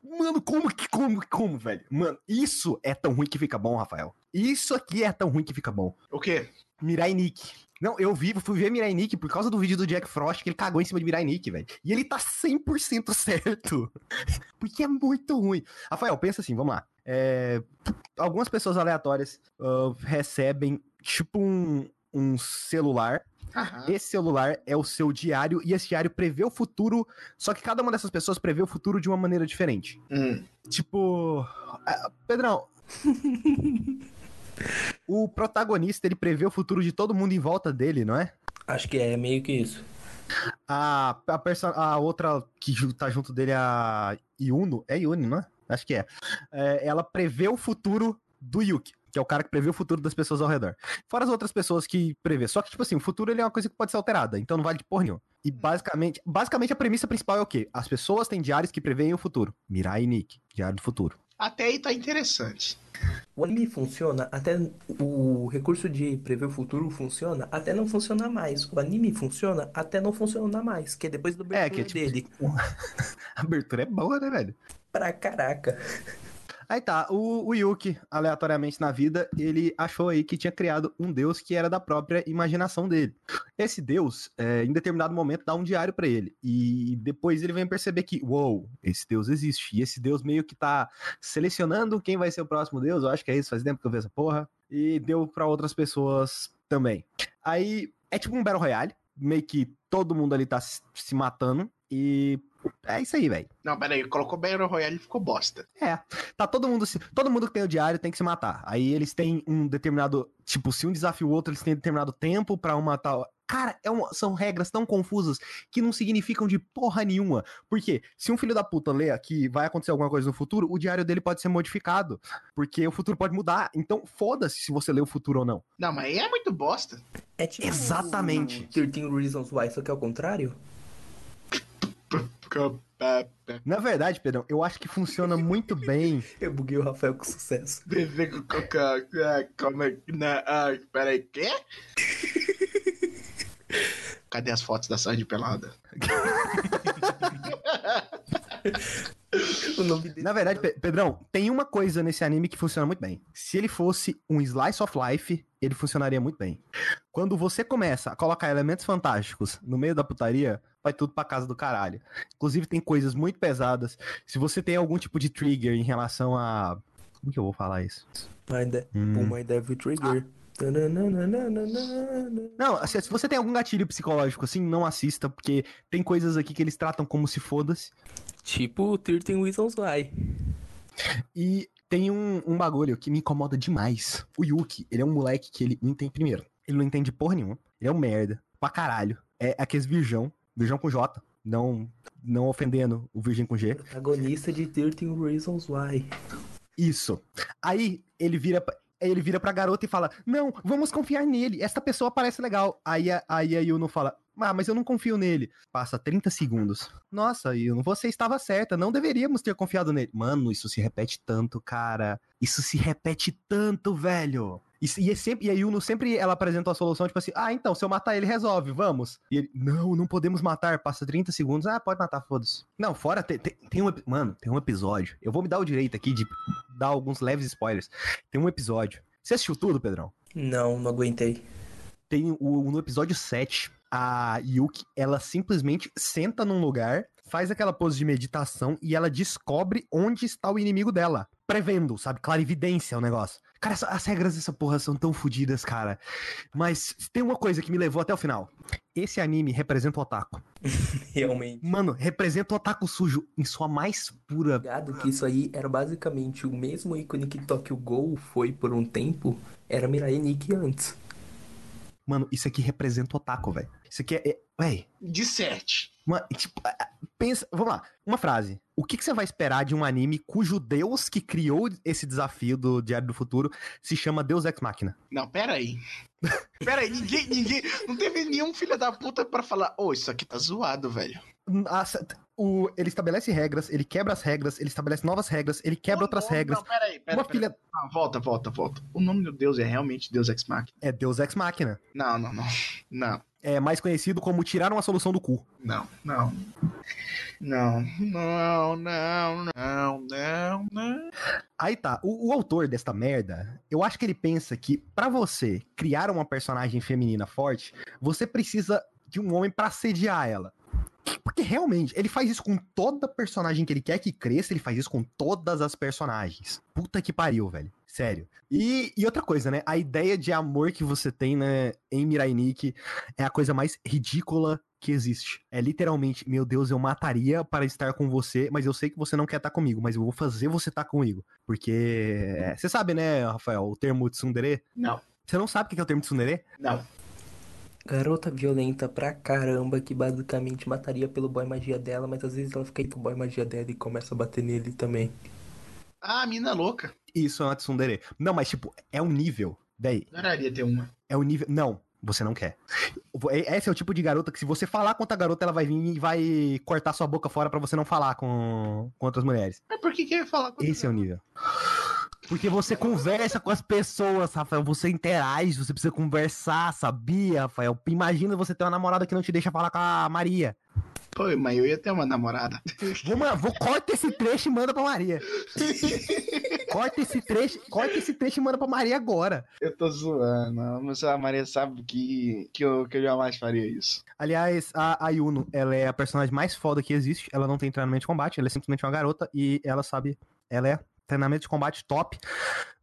Speaker 2: Mano, como que, como, que- como, velho? Mano, isso é tão ruim que fica bom, Rafael. Isso aqui é tão ruim que fica bom.
Speaker 1: O quê?
Speaker 2: Mirai Nick. Não, eu vi, fui ver Mirai Nick por causa do vídeo do Jack Frost que ele cagou em cima de Mirai Nick, velho. E ele tá 100% certo. Porque é muito ruim. Rafael, pensa assim, vamos lá. É, algumas pessoas aleatórias ah, recebem, tipo, um, um celular.
Speaker 1: Aham.
Speaker 2: Esse celular é o seu diário e esse diário prevê o futuro, só que cada uma dessas pessoas prevê o futuro de uma maneira diferente.
Speaker 1: Hum.
Speaker 2: Tipo, ah, Pedrão, o protagonista ele prevê o futuro de todo mundo em volta dele, não é?
Speaker 3: Acho que é meio que isso.
Speaker 2: A, a, perso- a outra que ju- tá junto dele, a Yuno, é Yuni, não é? Acho que é. É, Ela prevê o futuro do Yuki, que é o cara que prevê o futuro das pessoas ao redor. Fora as outras pessoas que prevê. Só que, tipo assim, o futuro ele é uma coisa que pode ser alterada, então não vale de porra nenhuma. E basicamente, basicamente a premissa principal é o quê? As pessoas têm diários que preveem o futuro. Mirai e Nick, diário do futuro.
Speaker 1: Até aí tá interessante.
Speaker 3: O anime funciona até. O recurso de prever o futuro funciona até não funcionar mais. O anime funciona até não funcionar mais, que é depois do
Speaker 2: É, que é
Speaker 3: abertura dele.
Speaker 2: A abertura é boa, né, velho?
Speaker 3: Pra caraca.
Speaker 2: Aí tá, o, o Yuki, aleatoriamente na vida, ele achou aí que tinha criado um deus que era da própria imaginação dele. Esse deus, é, em determinado momento, dá um diário pra ele. E depois ele vem perceber que, uou, esse deus existe. E esse deus meio que tá selecionando quem vai ser o próximo deus. Eu acho que é isso, faz tempo que eu vejo essa porra. E deu pra outras pessoas também. Aí é tipo um Battle Royale, meio que todo mundo ali tá se se matando. E é isso aí, velho.
Speaker 1: Não, peraí, colocou Battle Royale e ficou bosta.
Speaker 2: É, tá todo mundo se, todo mundo que tem o diário tem que se matar. Aí eles têm um determinado, tipo, se um desafia o outro, eles têm determinado tempo pra uma tal. Cara, é uma- são regras tão confusas que não significam de porra nenhuma. Porque se um filho da puta lê que vai acontecer alguma coisa no futuro, o diário dele pode ser modificado, porque o futuro pode mudar. Então, foda-se se você lê o futuro ou não.
Speaker 1: Não, mas aí é muito bosta.
Speaker 3: É tipo.
Speaker 2: Exatamente.
Speaker 3: 13 Reasons Why, só que ao contrário.
Speaker 1: é,
Speaker 2: Na verdade, Pedrão, eu acho que funciona muito bem.
Speaker 3: Eu buguei o Rafael com sucesso.
Speaker 1: Bebê com coca. ah, Como é que. na- ah, Peraí, quê? Cadê as fotos da sala de pelada?
Speaker 3: O nome dele. é
Speaker 2: Na verdade, Pe- Pedrão, tem uma coisa nesse anime que funciona muito bem. Se ele fosse um slice of life, ele funcionaria muito bem. Quando você começa a colocar elementos fantásticos no meio da putaria, vai tudo pra casa do caralho. Inclusive, tem coisas muito pesadas. Se você tem algum tipo de trigger em relação a. Como que eu vou falar isso?
Speaker 3: My de...
Speaker 2: Hum.
Speaker 3: My Devil Trigger. Tananana.
Speaker 2: Não, assim, se você tem algum gatilho psicológico assim, não assista, porque tem coisas aqui que eles tratam como se foda-se.
Speaker 3: Tipo 13 Reasons Why.
Speaker 2: E tem um, um bagulho que me incomoda demais. O Yuki, ele é um moleque que ele não entende primeiro. Ele não entende porra nenhuma. Ele é um merda. Pra caralho. É aqueles virgão. Virgão com J. Não, não ofendendo o virgem com G.
Speaker 3: Protagonista de 13 Reasons Why.
Speaker 2: Isso. Aí ele vira. pra- aí Ele vira pra garota e fala: Não, vamos confiar nele. Esta pessoa parece legal. Aí, a- aí a Yuno fala: Ah, mas eu não confio nele. Passa 30 segundos. Nossa, Yuno, você estava certa. Não deveríamos ter confiado nele. Mano, isso se repete tanto, cara. Isso se repete tanto, velho. E, se- e, é sempre, e a Yuno sempre ela apresenta a solução, tipo assim: Ah, então, se eu matar ele, resolve, vamos. E ele: Não, não podemos matar. Passa 30 segundos. Ah, pode matar, foda-se. Não, fora. Tem, tem, tem um, epi- mano, tem um episódio. Eu vou me dar o direito aqui de dar alguns leves spoilers. Tem um episódio. Você assistiu tudo, Pedrão?
Speaker 3: Não, não aguentei.
Speaker 2: Tem o, no episódio 7, a Yuki, ela simplesmente senta num lugar, faz aquela pose de meditação e ela descobre onde está o inimigo dela. Prevendo, sabe? Clarividência é o negócio. Cara, essa- as regras dessa porra são tão fodidas, cara. Mas tem uma coisa que me levou até o final. Esse anime representa o otaku.
Speaker 3: Realmente.
Speaker 2: Mano, representa o otaku sujo em sua mais pura
Speaker 3: Ligado que isso aí era basicamente o mesmo ícone que Tokyo Gol foi por um tempo, era Mirai Nikki antes.
Speaker 2: Mano, isso aqui representa o otaku, velho. Isso aqui é. é véi,
Speaker 1: Disserte.
Speaker 2: uma- tipo, a- a- pensa. Vamos lá, uma frase. O que, que você vai esperar de um anime cujo deus que criou esse desafio do Diário do Futuro se chama Deus Ex Machina?
Speaker 1: Não, peraí. Peraí, ninguém, ninguém. Não teve nenhum filho da puta pra falar, ô, isso aqui tá zoado, velho.
Speaker 2: Nossa, o- ele estabelece regras, ele quebra as regras, ele estabelece novas regras, ele quebra
Speaker 1: Ô,
Speaker 2: outras
Speaker 1: ô,
Speaker 2: regras.
Speaker 1: Não, peraí, peraí.
Speaker 2: uma
Speaker 1: peraí.
Speaker 2: filha.
Speaker 1: Não, volta, volta, volta. O nome do Deus é realmente Deus Ex Machina?
Speaker 2: É Deus Ex Machina.
Speaker 1: Não, não, não. Não,
Speaker 2: É mais conhecido como tiraram a solução do cu.
Speaker 1: não, não. Não, não, não, não, não, não.
Speaker 2: Aí tá, o, o autor desta merda, eu acho que ele pensa que pra você criar uma personagem feminina forte, você precisa de um homem pra sediar ela. Porque realmente, ele faz isso com toda personagem que ele quer que cresça, ele faz isso com todas as personagens. Puta que pariu, velho. Sério. E, e outra coisa, né? A ideia de amor que você tem, né, em Mirainik é a coisa mais ridícula que existe. É literalmente, meu Deus, eu mataria para estar com você, mas eu sei que você não quer estar comigo, mas eu vou fazer você estar comigo. Porque. é, Você sabe, né, Rafael, o termo tsundere?
Speaker 1: Não,
Speaker 2: Você não sabe o que é o termo tsundere?
Speaker 1: não.
Speaker 3: Garota violenta pra caramba que basicamente mataria pelo boy magia dela, mas às vezes ela fica aí com o boy magia dela e começa a bater nele também.
Speaker 1: Ah, mina louca.
Speaker 2: Isso é uma tsundere. Não, mas tipo, é um nível. Daí,
Speaker 1: Adoraria ter uma.
Speaker 2: é o nível. Não, você não quer. É- Esse é o tipo de garota que, se você falar com outra garota, ela vai vir e vai cortar sua boca fora pra você não falar com, com outras mulheres.
Speaker 1: Mas por que que eu ia falar com
Speaker 2: Esse é o nível. Porque você conversa com as pessoas, Rafael. Você interage, você precisa conversar, sabia, Rafael? Imagina você ter uma namorada que não te deixa falar com a Maria.
Speaker 1: Pô, mas eu ia ter uma namorada.
Speaker 2: Vou, ma- vou corta esse trecho e manda pra Maria. Corta esse trecho, corta esse trecho e manda pra Maria agora.
Speaker 1: Eu tô zoando, mas a Maria sabe que, que, eu, que eu jamais faria isso.
Speaker 2: Aliás, a Ayuno, ela é a personagem mais foda que existe. Ela não tem treinamento de combate, ela é simplesmente uma garota e ela sabe. Ela é treinamento de combate top.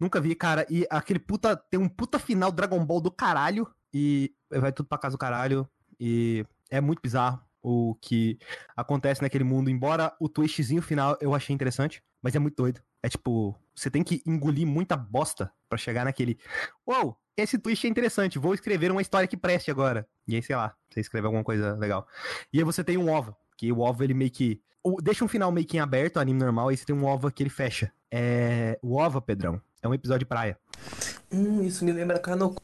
Speaker 2: Nunca vi, cara. E aquele puta. Tem um puta final Dragon Ball do caralho. E vai tudo pra casa do caralho. E é muito bizarro o que acontece naquele mundo. Embora o twistzinho final eu achei interessante, mas é muito doido. É tipo, você tem que engolir muita bosta pra chegar naquele. Uou, esse twist é interessante. Vou escrever uma história que preste agora. E aí, sei lá, você escreve alguma coisa legal. E aí você tem um OVA, que o OVA ele meio que. o- Deixa um final meio que em aberto, anime normal, e você tem um OVA que ele fecha. É. O OVA, Pedrão, é um episódio de praia.
Speaker 3: Hum, isso me lembra Kanoko.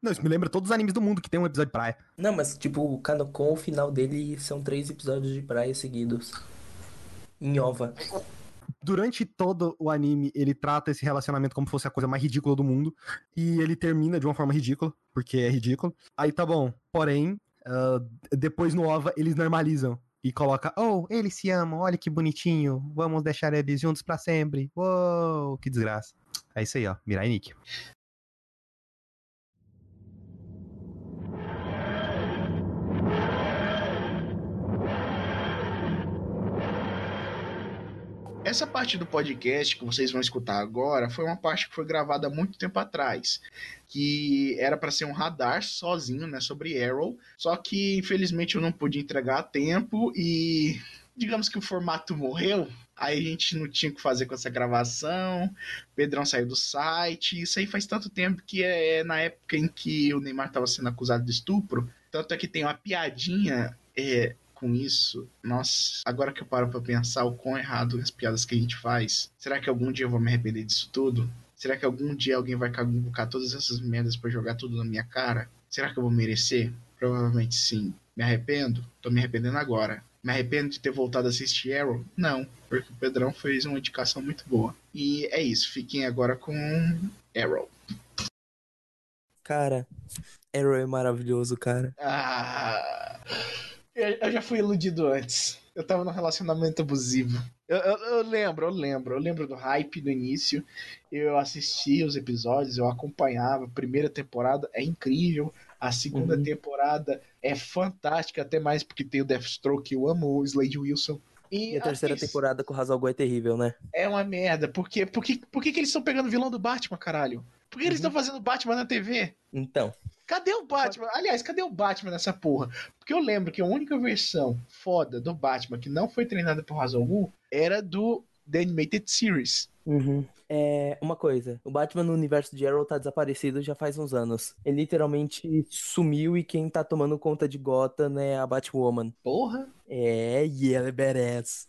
Speaker 2: Não, isso me lembra todos os animes do mundo que tem um episódio de praia.
Speaker 3: Não, mas tipo, o Kanokon, o final dele são três episódios de praia seguidos. Em OVA.
Speaker 2: Durante todo o anime, ele trata esse relacionamento como se fosse a coisa mais ridícula do mundo. E ele termina de uma forma ridícula, porque é ridículo. Aí tá bom. Porém, ah, depois no OVA, eles normalizam. E coloca, oh, eles se amam, olha que bonitinho. Vamos deixar eles juntos pra sempre. Uou, que desgraça. É isso aí, ó. Mirai Nick.
Speaker 1: Essa parte do podcast que vocês vão escutar agora foi uma parte que foi gravada há muito tempo atrás, que era pra ser um radar sozinho, né, sobre Arrow, só que infelizmente eu não pude entregar a tempo e digamos que o formato morreu. Aí a gente não tinha o que fazer com essa gravação, Pedrão saiu do site, isso aí faz tanto tempo que é, é na época em que o Neymar estava sendo acusado de estupro, tanto é que tem uma piadinha é, com isso. Nossa, agora que eu paro pra pensar o quão errado as piadas que a gente faz, será que algum dia eu vou me arrepender disso tudo? Será que algum dia alguém vai cagungar todas essas merdas pra jogar tudo na minha cara? Será que eu vou merecer? Provavelmente sim. Me arrependo? Tô me arrependendo agora. Me arrependo de ter voltado a assistir Arrow? Não, porque o Pedrão fez uma indicação muito boa. E é isso, fiquem agora com Arrow.
Speaker 3: Cara, Arrow é maravilhoso, cara.
Speaker 1: Ah, eu, eu já fui iludido antes. Eu tava num relacionamento abusivo. Eu, eu- eu lembro, eu lembro. Eu lembro do hype do início. Eu assistia os episódios, eu acompanhava. A primeira temporada é incrível. A segunda
Speaker 3: Uhum.
Speaker 1: temporada é fantástica, até mais porque tem o Deathstroke. Eu amo o Slade Wilson. E,
Speaker 3: E a terceira
Speaker 1: assim,
Speaker 3: temporada com o Hazalgo é terrível, né?
Speaker 1: É uma merda. Por quê? Por que, por que, que eles estão pegando o vilão do Batman, caralho? Por que eles
Speaker 3: Uhum.
Speaker 1: estão fazendo Batman na TV?
Speaker 3: Então,
Speaker 1: Cadê o Batman? Aliás, cadê o Batman nessa porra? Porque eu lembro que a única versão foda do Batman que não foi treinada por Razor Wu era do The Animated Series.
Speaker 3: É, uma coisa, o Batman no universo de Arrow tá desaparecido já faz uns anos. Ele literalmente sumiu e quem tá tomando conta de Gotham é a Batwoman.
Speaker 1: Porra.
Speaker 3: É, e ela é badass.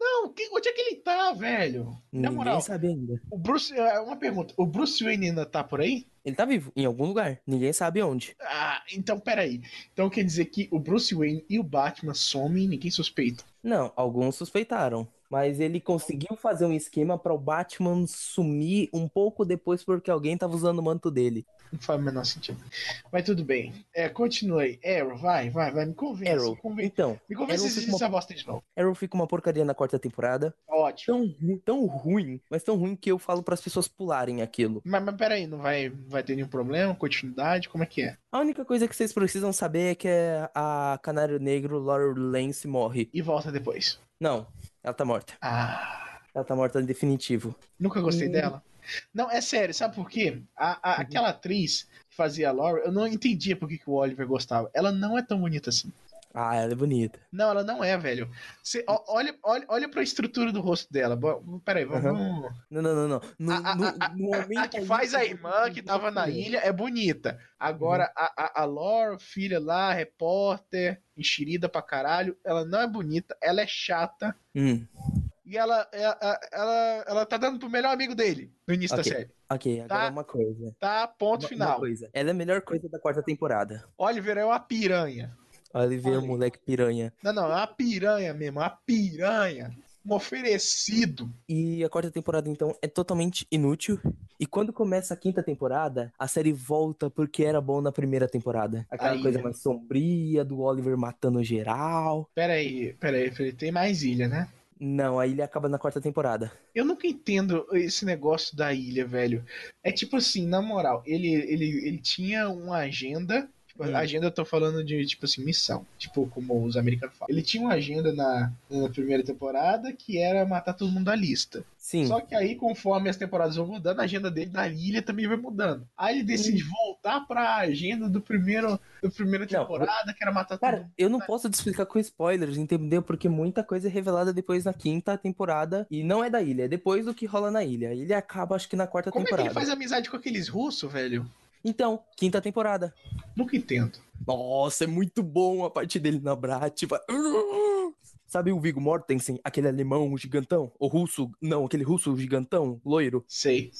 Speaker 1: Não, que- onde é que ele tá, velho? Na
Speaker 3: Ninguém
Speaker 1: moral,
Speaker 3: sabe ainda.
Speaker 1: o Bruce. é, Uma pergunta: o Bruce Wayne ainda tá por aí?
Speaker 3: Ele tá vivo, em algum lugar. Ninguém sabe onde.
Speaker 1: Ah, então peraí. Então quer dizer que o Bruce Wayne e o Batman somem e ninguém suspeita.
Speaker 3: Não, alguns suspeitaram. Mas ele conseguiu fazer um esquema pra o Batman sumir um pouco depois porque alguém tava usando o manto dele.
Speaker 1: Não faz o menor sentido. Mas tudo bem. É, continue. Arrow, vai, vai, vai. Me convence.
Speaker 3: Arrow.
Speaker 1: Me convence,
Speaker 3: Então,
Speaker 1: me convence de
Speaker 3: Arrow fica
Speaker 1: assistir
Speaker 3: uma-
Speaker 1: essa bosta de novo.
Speaker 3: Arrow fica uma porcaria na quarta temporada.
Speaker 1: Ótimo.
Speaker 3: Tão, ru- tão ruim, mas tão ruim que eu falo pras pessoas pularem aquilo.
Speaker 1: Mas, mas peraí, não vai, vai ter nenhum problema? Continuidade? Como é que é?
Speaker 3: A única coisa que vocês precisam saber é que a Canário Negro Laura Lance morre.
Speaker 1: E volta depois.
Speaker 3: Não, ela tá morta.
Speaker 1: Ah.
Speaker 3: Ela tá morta em definitivo.
Speaker 1: Nunca gostei
Speaker 3: Hum.
Speaker 1: dela. Não, é sério, sabe por quê? A, a- aquela atriz que fazia a Laura, eu não entendia por que, que o Oliver gostava. Ela não é tão bonita assim.
Speaker 3: Ah, ela é bonita.
Speaker 1: Não, ela não é, velho. Você, ó- olha, olha, olha pra estrutura do rosto dela. Bo- Peraí, vamos. vamos-
Speaker 3: Não, não, não, não. No,
Speaker 1: A- a-
Speaker 3: no-
Speaker 1: a-
Speaker 3: no momento
Speaker 1: A que
Speaker 3: ali- tá
Speaker 1: faz a irmã que tava na ilha é bonita. Agora, a, a, a Laura, filha lá, repórter, enxerida pra caralho, ela não é bonita, ela é chata.
Speaker 3: Hum,
Speaker 1: E ela, ela, ela, ela tá dando pro melhor amigo dele no início
Speaker 3: Ok.
Speaker 1: da série.
Speaker 3: ok, agora
Speaker 1: Tá.
Speaker 3: uma coisa.
Speaker 1: Tá,
Speaker 3: Uma-
Speaker 1: ponto
Speaker 3: Uma
Speaker 1: final.
Speaker 3: coisa. Ela é a melhor coisa da quarta temporada.
Speaker 1: Oliver é uma piranha.
Speaker 3: Oliver,
Speaker 1: Olha.
Speaker 3: moleque piranha.
Speaker 1: Não, não, é uma piranha mesmo, é uma piranha. Um oferecido.
Speaker 3: E a quarta temporada, então, é totalmente inútil. E quando começa a quinta temporada, a série volta porque era bom na primeira temporada. Aquela
Speaker 1: Aí. é.
Speaker 3: coisa mais sombria do Oliver matando geral.
Speaker 1: Pera aí, pera aí, pera aí, tem mais ilha, né?
Speaker 3: Não, aí ele acaba na quarta temporada.
Speaker 1: Eu nunca entendo esse negócio da ilha, velho. É tipo assim, na moral, ele, ele, ele tinha uma agenda. Tipo,
Speaker 3: Hum.
Speaker 1: a Agenda eu tô falando de, tipo assim, missão. Tipo, como os americanos falam. Ele tinha uma agenda na, na primeira temporada que era matar todo mundo da lista.
Speaker 3: Sim.
Speaker 1: Só que aí, conforme as temporadas vão mudando, a agenda dele na ilha também vai mudando. Aí ele decide voltar pra agenda do primeiro, do primeira
Speaker 3: Não,
Speaker 1: temporada, que era matar tudo.
Speaker 3: Cara, eu não posso te explicar com spoilers, entendeu? Porque muita coisa é revelada depois na quinta temporada. E não é da ilha, é depois do que rola na ilha. A ilha acaba, acho que na quarta
Speaker 1: Como é que
Speaker 3: temporada.
Speaker 1: ele faz amizade com aqueles russos, velho?
Speaker 3: Então, quinta temporada.
Speaker 1: Nunca entendo.
Speaker 3: Nossa, é muito bom a parte dele na Brativa. Sabe o Viggo Mortensen, aquele alemão gigantão? O russo, não, aquele russo gigantão, loiro?
Speaker 1: Sei.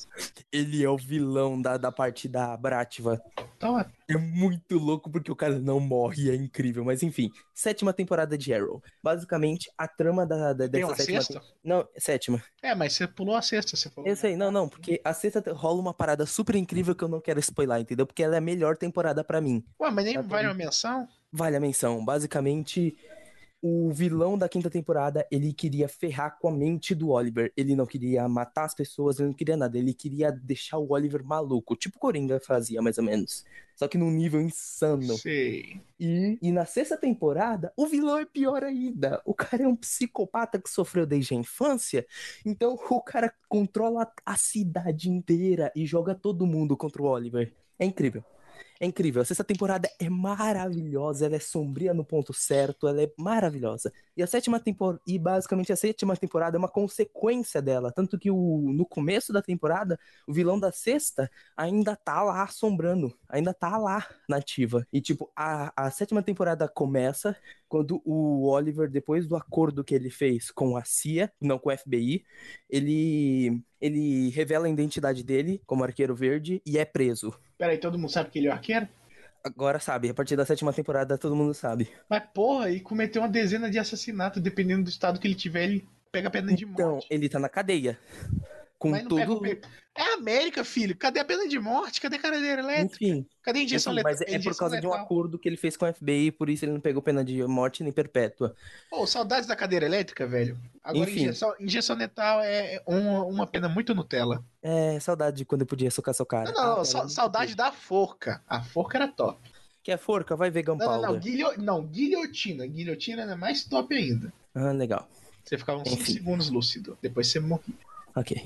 Speaker 3: Ele é o vilão da, da parte da Brativa.
Speaker 1: Então, é-
Speaker 3: É muito louco porque o cara não morre, é incrível. Mas enfim, sétima temporada de Arrow. Basicamente, a trama da, da,
Speaker 1: tem
Speaker 3: dessa
Speaker 1: uma
Speaker 3: sétima.
Speaker 1: sexta?
Speaker 3: Não, sétima.
Speaker 1: É, mas você pulou a sexta, você falou.
Speaker 3: Eu sei, não, não, porque a sexta te- rola uma parada super incrível que eu não quero spoiler, entendeu? Porque ela é a melhor temporada pra mim.
Speaker 1: Ué, mas nem
Speaker 3: Tá tudo.
Speaker 1: vale uma menção?
Speaker 3: vale a menção. Basicamente, o vilão da quinta temporada, ele queria ferrar com a mente do Oliver. Ele não queria matar as pessoas, ele não queria nada. Ele queria deixar o Oliver maluco, tipo o Coringa fazia, mais ou menos. Só que num nível insano.
Speaker 1: Sei.
Speaker 3: E, e na sexta temporada, o vilão é pior ainda. O cara é um psicopata que sofreu desde a infância. Então o cara controla a cidade inteira e joga todo mundo contra o Oliver. É incrível. É incrível. A sexta temporada é maravilhosa. Ela é sombria no ponto certo. Ela é maravilhosa. E a sétima temporada. E basicamente a sétima temporada é uma consequência dela. Tanto que o... no começo da temporada, o vilão da sexta ainda tá lá assombrando, ainda tá lá nativa. E tipo, a, a sétima temporada começa quando o Oliver, depois do acordo que ele fez com a CIA, não com o FBI, ele ele revela a identidade dele como arqueiro verde e é preso.
Speaker 1: Peraí, todo mundo sabe que ele é o arqueiro?
Speaker 3: Agora sabe, a partir da sétima temporada todo mundo sabe.
Speaker 1: Mas porra, e cometeu uma dezena de assassinatos, dependendo do estado que ele tiver, ele pega a pena de morte.
Speaker 3: Então, ele tá na cadeia. Com
Speaker 1: Mas não pega
Speaker 3: todo.
Speaker 1: o pe- É a América, filho. Cadê a pena de morte? Cadê a cadeira elétrica?
Speaker 3: Enfim,
Speaker 1: Cadê a injeção
Speaker 3: enfim,
Speaker 1: letal?
Speaker 3: mas é por
Speaker 1: Injeção
Speaker 3: causa de um
Speaker 1: letal?
Speaker 3: acordo que ele fez com o FBI, por isso ele não pegou pena de morte nem perpétua.
Speaker 1: Pô, saudades da cadeira elétrica, velho. Agora,
Speaker 3: Enfim.
Speaker 1: injeção, injeção letal é uma, uma pena muito Nutella.
Speaker 3: É, saudade de quando eu podia socar seu cara.
Speaker 1: Não, não,
Speaker 3: Ah,
Speaker 1: não,
Speaker 3: cara,
Speaker 1: sa-
Speaker 3: não
Speaker 1: saudade da forca. A forca era top.
Speaker 3: sei. Quer forca? Vai ver
Speaker 1: Não, não, não,
Speaker 3: Gunpowder.
Speaker 1: guilho- não, guilhotina. Guilhotina era mais top ainda.
Speaker 3: Ah, legal.
Speaker 1: Você ficava uns 5
Speaker 3: Enfim.
Speaker 1: segundos lúcido. Depois você morria.
Speaker 3: Ok.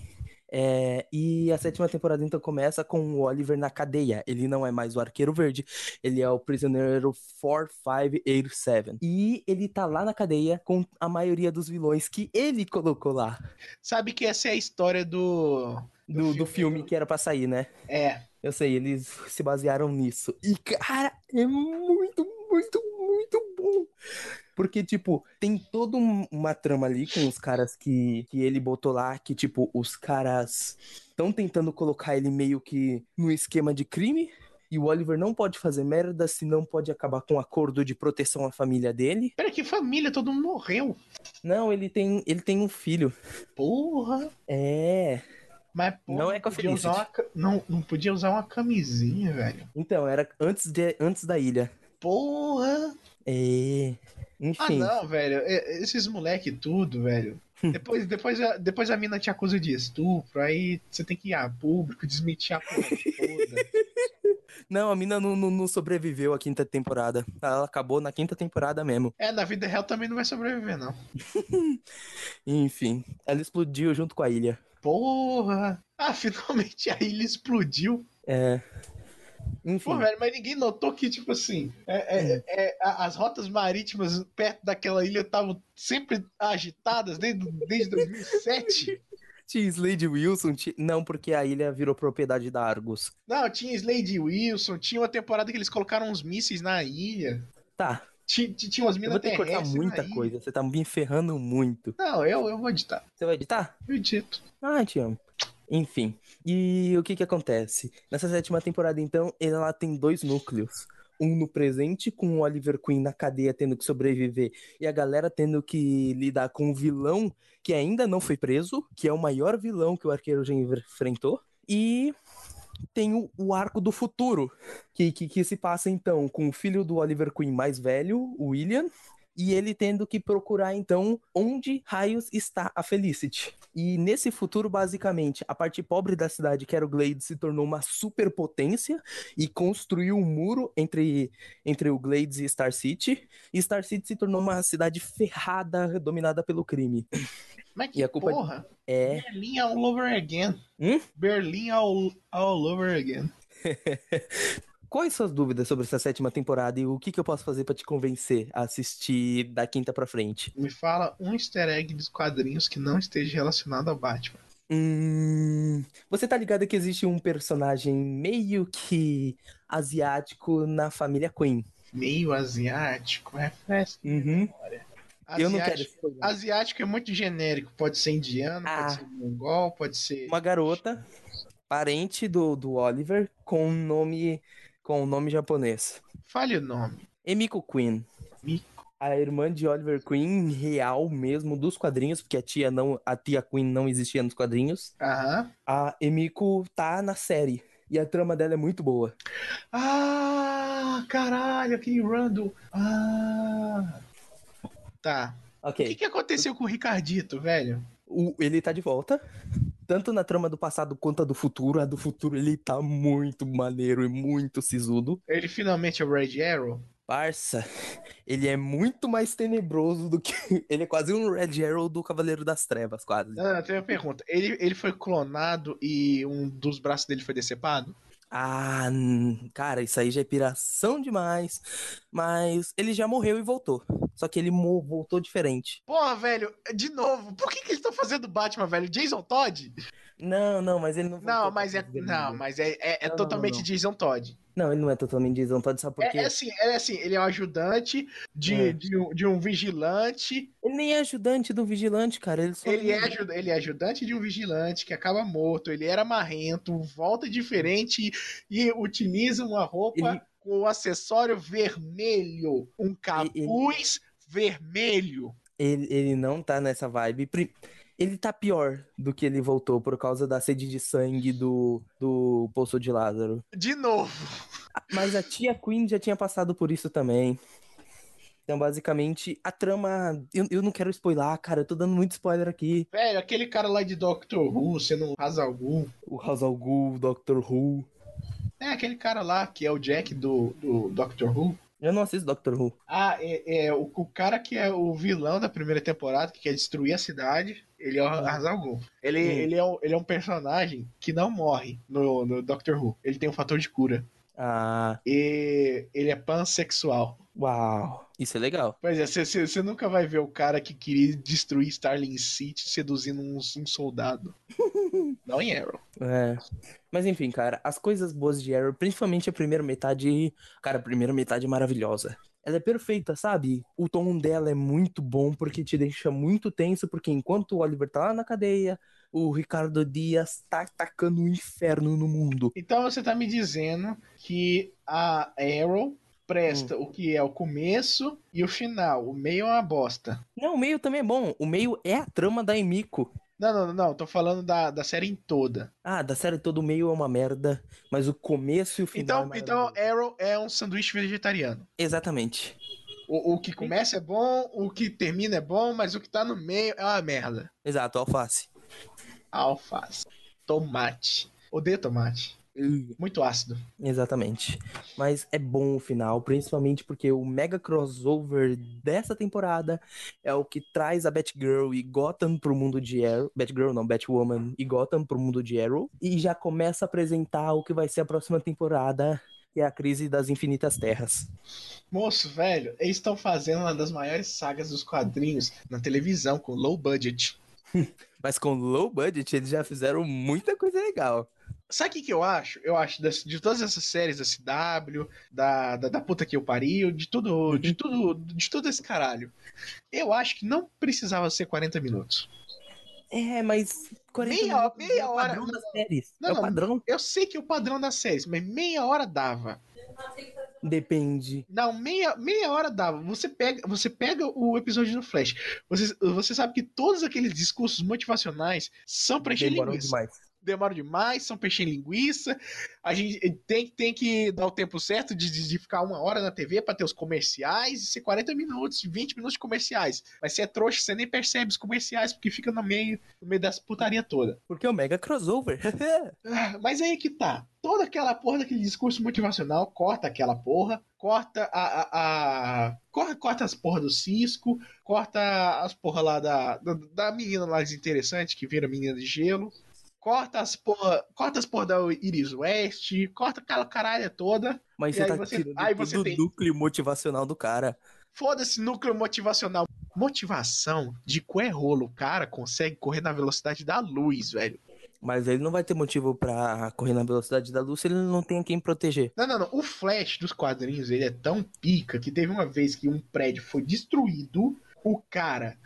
Speaker 3: É, e a sétima temporada então começa com o Oliver na cadeia. Ele não é mais o Arqueiro Verde, ele é o Prisioneiro 4587. E ele tá lá na cadeia com a maioria dos vilões que ele colocou lá
Speaker 1: Sabe que essa é a história do.
Speaker 3: do,
Speaker 1: Do
Speaker 3: do filme que era pra sair, né?
Speaker 1: É.
Speaker 3: Eu sei, eles se basearam nisso. E, cara, é muito, muito, muito bom. Porque, tipo, tem toda um- uma trama ali com os caras que, que ele botou lá, que, tipo, os caras estão tentando colocar ele meio que no esquema de crime. E o Oliver não pode fazer merda, senão pode acabar com um acordo de proteção à família dele.
Speaker 1: Pera, que família, todo mundo morreu.
Speaker 3: Não, ele tem, ele tem um filho.
Speaker 1: Porra.
Speaker 3: É.
Speaker 1: Mas, pô,
Speaker 3: Não é com a
Speaker 1: podia usar uma
Speaker 3: Felicity.
Speaker 1: ca- não, não podia usar uma camisinha, velho.
Speaker 3: Então, era antes, de, antes da ilha.
Speaker 1: Porra!
Speaker 3: É.
Speaker 1: Ah,
Speaker 3: Enfim.
Speaker 1: não, velho. E- Esses moleque tudo, velho. Depois, depois, a, depois a mina te acusa de estupro, aí você tem que ir a público, desmentir a porra toda.
Speaker 3: Não, a mina não, não- não sobreviveu à quinta temporada. Ela acabou na quinta temporada mesmo.
Speaker 1: É, na vida real também não vai sobreviver, não.
Speaker 3: Enfim, ela explodiu junto com a ilha.
Speaker 1: Porra! Ah, finalmente a ilha explodiu.
Speaker 3: É. Enfim.
Speaker 1: Pô, velho, mas ninguém notou que, tipo assim, é- é- é, a- as rotas marítimas perto daquela ilha estavam sempre agitadas desde, desde 2007.
Speaker 3: Tinha Slade Wilson? ti- Não, porque a ilha virou propriedade da Argos.
Speaker 1: Não, tinha Slade Wilson, tinha uma temporada que eles colocaram uns mísseis na ilha.
Speaker 3: Tá,
Speaker 1: Ti- ti- Tinha umas
Speaker 3: eu
Speaker 1: minas
Speaker 3: vou ter que cortar
Speaker 1: terrestres na
Speaker 3: muita
Speaker 1: ilha.
Speaker 3: coisa. Você tá me ferrando muito.
Speaker 1: Não, eu, eu vou editar.
Speaker 3: Você vai editar?
Speaker 1: Eu edito.
Speaker 3: Ah, te amo. Enfim, e o que que acontece? Nessa sétima temporada, então, ela tem dois núcleos. Um no presente, com o Oliver Queen na cadeia tendo que sobreviver, e a galera tendo que lidar com o vilão que ainda não foi preso, que é o maior vilão que o arqueiro já enfrentou. E tem o, o arco do futuro, que, que, que se passa, então, com o filho do Oliver Queen mais velho, o William, e ele tendo que procurar então onde raios está a Felicity. E nesse futuro, basicamente, a parte pobre da cidade, que era o Glade, se tornou uma superpotência e construiu um muro entre, entre o Glades e Star City. E Star City se tornou uma cidade ferrada, dominada pelo crime.
Speaker 1: Mas que
Speaker 3: E a culpa-
Speaker 1: porra?
Speaker 3: É,
Speaker 1: Berlim all over again.
Speaker 3: Hum?
Speaker 1: Berlim all, all over again.
Speaker 3: quais suas dúvidas sobre essa sétima temporada e o que, que eu posso fazer pra te convencer a assistir da quinta pra frente?
Speaker 1: Me fala um easter egg dos quadrinhos que não esteja relacionado ao Batman.
Speaker 3: Hum, você tá ligado que existe um personagem meio que asiático na família Queen? Uhum.
Speaker 1: Meio asiático, é festa.
Speaker 3: Eu não quero.
Speaker 1: Asiático- Asiático é muito genérico. Pode ser indiano,
Speaker 3: Ah.
Speaker 1: pode ser mongol, pode ser.
Speaker 3: Uma garota, parente do, do Oliver, com um nome com um nome japonês.
Speaker 1: Fale o nome.
Speaker 3: Emiko Queen. A irmã de Oliver Queen, real mesmo dos quadrinhos, porque a tia não, a tia Queen não existia nos quadrinhos.
Speaker 1: Aham.
Speaker 3: A Emiko tá na série e a trama dela é muito boa.
Speaker 1: Ah, caralho, aquele Randall. Ah. Tá. O que,
Speaker 3: OK.
Speaker 1: que aconteceu com o Ricardito, velho?
Speaker 3: O- ele tá de volta. Tanto na trama do passado quanto a do futuro. A do futuro ele tá muito maneiro e muito sisudo.
Speaker 1: Ele finalmente é o Red Arrow?
Speaker 3: Parça, ele é muito mais tenebroso do que. Ele é quase um Red Arrow do Cavaleiro das Trevas, quase.
Speaker 1: Não, não, tem Ah, uma pergunta. Ele, ele foi clonado e um dos braços dele foi decepado?
Speaker 3: Ah, hum, cara, isso aí já é piração demais. Mas ele já morreu e voltou. Só que ele mo- voltou diferente.
Speaker 1: Porra, velho, de novo, por que, que eles estão fazendo Batman, velho? Jason Todd?
Speaker 3: Não, não, mas ele não voltou.
Speaker 1: Não,
Speaker 3: pra
Speaker 1: mas é.
Speaker 3: fazer
Speaker 1: Não,
Speaker 3: nada.
Speaker 1: mas é, é- é
Speaker 3: Não, não,
Speaker 1: totalmente
Speaker 3: não, não.
Speaker 1: Jason Todd.
Speaker 3: Não, ele não é totalmente desampado, sabe por
Speaker 1: É,
Speaker 3: quê?
Speaker 1: é assim, é assim, ele é um ajudante de,
Speaker 3: É.
Speaker 1: de, um, de um vigilante.
Speaker 3: Ele nem é ajudante do vigilante, cara. Ele só
Speaker 1: Ele é, aju- ele é ajudante de um vigilante que acaba morto. Ele era marrento, volta diferente e, e utiliza uma roupa
Speaker 3: Ele-
Speaker 1: com acessório vermelho. Um capuz vermelho.
Speaker 3: Ele, ele não tá nessa vibe. Pri- Ele tá pior do que ele voltou por causa da sede de sangue do, do Poço de Lázaro.
Speaker 1: De novo.
Speaker 3: Mas a tia Queen já tinha passado por isso também. Então, basicamente, a trama. Eu, eu não quero spoiler, cara. Eu tô dando muito spoiler aqui.
Speaker 1: Velho, aquele cara lá de Doctor Who, sendo um Hazalgu.
Speaker 3: O House al Ghul, o Doctor Who.
Speaker 1: É aquele cara lá que é o Jack do, do Doctor Who.
Speaker 3: Eu não assisto Doctor Who.
Speaker 1: Ah, é, é, o, o cara que é o vilão da primeira temporada, que quer destruir a cidade, ele é o Hazalgu. Ele,
Speaker 3: Hum.
Speaker 1: ele, é um, ele é um personagem que não morre no, no Doctor Who. Ele tem um fator de cura.
Speaker 3: Ah,
Speaker 1: E ele é pansexual.
Speaker 3: uau. Isso é legal.
Speaker 1: Pois é, você nunca vai ver o cara que queria destruir Starling City seduzindo um, um soldado. não em Arrow.
Speaker 3: É. Mas enfim, cara, as coisas boas de Arrow, principalmente a primeira metade. Cara, a primeira metade é maravilhosa. Ela é perfeita, sabe? O tom dela é muito bom porque te deixa muito tenso, porque enquanto o Oliver tá lá na cadeia, o Ricardo Dias tá atacando o inferno no mundo.
Speaker 1: Então você tá me dizendo que a Arrow presta o que é o começo e o final. O meio é uma bosta.
Speaker 3: Não, o meio também é bom. O meio é a trama da Emiko.
Speaker 1: Não, não, não, não. Tô falando da, da série em toda.
Speaker 3: Ah, da série todo meio é uma merda, mas o começo e o final.
Speaker 1: Então,
Speaker 3: é
Speaker 1: então
Speaker 3: maravilhoso.
Speaker 1: Arrow é um sanduíche vegetariano.
Speaker 3: Exatamente.
Speaker 1: O, o que começa é bom, o que termina é bom, mas o que tá no meio é uma merda.
Speaker 3: Exato, alface.
Speaker 1: Alface. Tomate. Odeio tomate. Muito ácido.
Speaker 3: Exatamente. Mas é bom o final, principalmente porque o mega crossover dessa temporada é o que traz a Batgirl e Gotham pro mundo de Arrow. Batgirl não, Batwoman e Gotham pro mundo de Arrow. E já começa a apresentar o que vai ser a próxima temporada, que é a crise das infinitas terras.
Speaker 1: Moço, velho, eles estão fazendo uma das maiores sagas dos quadrinhos na televisão com low budget.
Speaker 3: Mas com low budget eles já fizeram muita coisa legal.
Speaker 1: Sabe o que, que eu acho? Eu acho das- de todas essas séries da CW, da, da, da puta que eu pariu, de tudo,
Speaker 3: Uhum.
Speaker 1: de tudo, de todo esse caralho. Eu acho que não precisava ser 40 minutos.
Speaker 3: É, mas 40
Speaker 1: Meia-
Speaker 3: minutos
Speaker 1: meia
Speaker 3: é o
Speaker 1: hora-
Speaker 3: padrão das séries.
Speaker 1: Não,
Speaker 3: é o
Speaker 1: não.
Speaker 3: padrão.
Speaker 1: Eu sei que é o padrão das séries, mas meia hora dava.
Speaker 3: Depende.
Speaker 1: Não, meia, meia hora dava. Você pega, você pega o episódio do Flash. Você, você sabe que todos aqueles discursos motivacionais são pra encher
Speaker 3: Demorou
Speaker 1: linguiça.
Speaker 3: demais.
Speaker 1: demora demais, são peixe em linguiça. A gente tem, tem que dar o tempo certo de, de- de ficar uma hora na TV pra ter os comerciais e ser 40 minutos, 20 minutos de comerciais. Mas você é trouxa, você nem percebe os comerciais porque fica no meio, no meio dessa putaria toda.
Speaker 3: Porque é o mega crossover.
Speaker 1: Ah, Mas aí que tá. Toda aquela porra daquele discurso motivacional corta aquela porra, corta a. a, a- corta, corta as porra do Cisco, corta as porra lá da, da, da menina lá desinteressante que vira menina de gelo. Corta as porra, corta as porra da Iris West, corta aquela caralha toda.
Speaker 3: Mas
Speaker 1: E
Speaker 3: você
Speaker 1: aí
Speaker 3: tá
Speaker 1: você-
Speaker 3: tirando
Speaker 1: aí
Speaker 3: todo
Speaker 1: você
Speaker 3: o
Speaker 1: tem-
Speaker 3: núcleo motivacional do cara.
Speaker 1: Foda-se núcleo motivacional. Motivação de qual é rolo o cara consegue correr na velocidade da luz, velho.
Speaker 3: Mas ele não vai ter motivo pra correr na velocidade da luz se ele não tem quem proteger.
Speaker 1: Não, não, não. O Flash dos quadrinhos, ele é tão pica que teve uma vez que um prédio foi destruído, o cara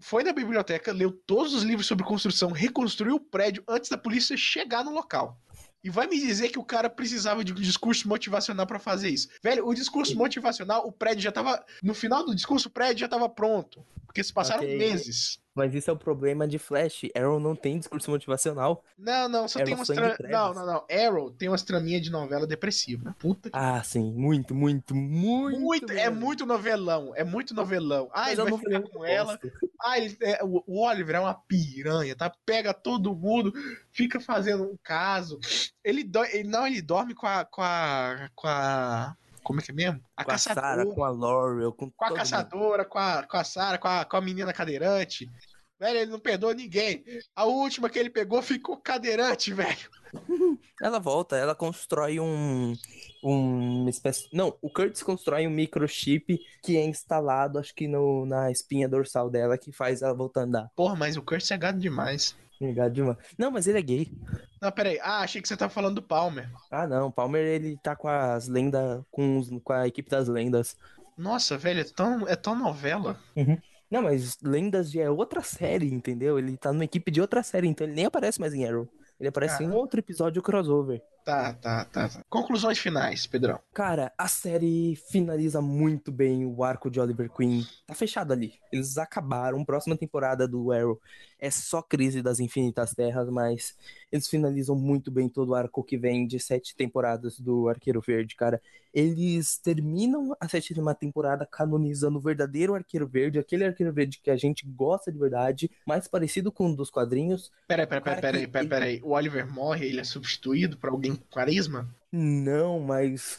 Speaker 1: foi na biblioteca, leu todos os livros sobre construção, reconstruiu o prédio antes da polícia chegar no local. E vai me dizer que o cara precisava de um discurso motivacional pra fazer isso. Velho, o discurso motivacional, o prédio já tava. No final do discurso, o prédio já tava pronto. Porque se passaram
Speaker 3: Ok.
Speaker 1: meses.
Speaker 3: Mas isso é o problema de Flash. Arrow não tem discurso motivacional.
Speaker 1: Não, não, só
Speaker 3: Arrow
Speaker 1: tem umas.
Speaker 3: sangue
Speaker 1: Tra...
Speaker 3: e
Speaker 1: Não,
Speaker 3: trevas.
Speaker 1: não, não. Arrow tem umas traminhas de novela depressiva. Puta que.
Speaker 3: Ah, sim. Muito, muito, muito.
Speaker 1: Muito, é
Speaker 3: mesmo.
Speaker 1: muito novelão, é muito novelão. Ah,
Speaker 3: Mas
Speaker 1: ele
Speaker 3: eu
Speaker 1: vai
Speaker 3: não
Speaker 1: ficar
Speaker 3: falei,
Speaker 1: com
Speaker 3: eu
Speaker 1: ela.
Speaker 3: gosto.
Speaker 1: Ah, ele- é, o o Oliver é uma piranha, tá? Pega todo mundo, fica fazendo um caso. Ele, do- ele- não, ele dorme com a, com a. com a. Como é que é mesmo? A
Speaker 3: Com a
Speaker 1: caçadora.
Speaker 3: Sarah, com a Laurel, com,
Speaker 1: com a
Speaker 3: todo mundo.
Speaker 1: caçadora, com a, com a Sarah, com a, com a menina cadeirante. Velho, ele não perdoa ninguém. A última que ele pegou ficou cadeirante, velho.
Speaker 3: Ela volta, ela constrói um. Uma espécie. Não, o Curtis constrói um microchip que é instalado, acho que no, na espinha dorsal dela, que faz ela voltar a andar.
Speaker 1: Porra, mas o Curtis é gado demais.
Speaker 3: Obrigado, Dilma. Não, mas ele é gay.
Speaker 1: Não, peraí. Ah, achei que você tava falando do Palmer.
Speaker 3: Ah, não. O Palmer, ele tá com as lendas, com, os- com a equipe das lendas.
Speaker 1: Nossa, velho, é tão, é tão novela.
Speaker 3: Não, mas Lendas já é outra série, entendeu? Ele tá numa equipe de outra série, então ele nem aparece mais em Arrow. Ele aparece em outro episódio crossover.
Speaker 1: Tá, tá, tá. tá. Conclusões finais, Pedrão.
Speaker 3: Cara, a série finaliza muito bem o arco de Oliver Queen. Tá fechado ali. Eles acabaram. Próxima temporada do Arrow é só Crise das Infinitas Terras, mas eles finalizam muito bem todo o arco que vem de sete temporadas do Arqueiro Verde, cara. Eles terminam a sétima temporada canonizando o verdadeiro Arqueiro Verde, aquele Arqueiro Verde que a gente gosta de verdade, mais parecido com um dos quadrinhos.
Speaker 1: Peraí, peraí,
Speaker 3: Cara,
Speaker 1: peraí, peraí,
Speaker 3: que-
Speaker 1: peraí, peraí. O Oliver morre, ele é substituído por alguém com carisma?
Speaker 3: Não, mas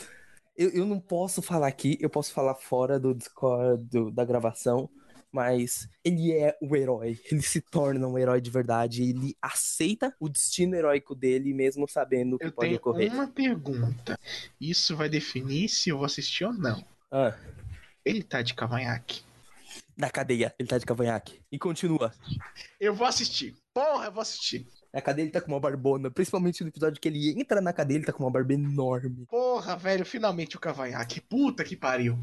Speaker 3: eu, eu não posso falar aqui, eu posso falar fora do Discord do- da gravação, mas ele é o herói, ele se torna um herói de verdade, ele aceita o destino heróico dele, mesmo sabendo o que
Speaker 1: Eu
Speaker 3: pode
Speaker 1: tenho
Speaker 3: ocorrer.
Speaker 1: uma pergunta. Isso vai definir se eu vou assistir ou não.
Speaker 3: Ah,
Speaker 1: Ele tá de cavanhaque.
Speaker 3: na cadeia, ele tá de cavanhaque. E continua.
Speaker 1: Eu vou assistir. Porra, eu vou assistir.
Speaker 3: Na cadeia ele tá com uma barbona, principalmente no episódio que ele entra na cadeia, ele tá com uma barba enorme.
Speaker 1: Porra, velho, finalmente o cavanhaque. Puta que pariu.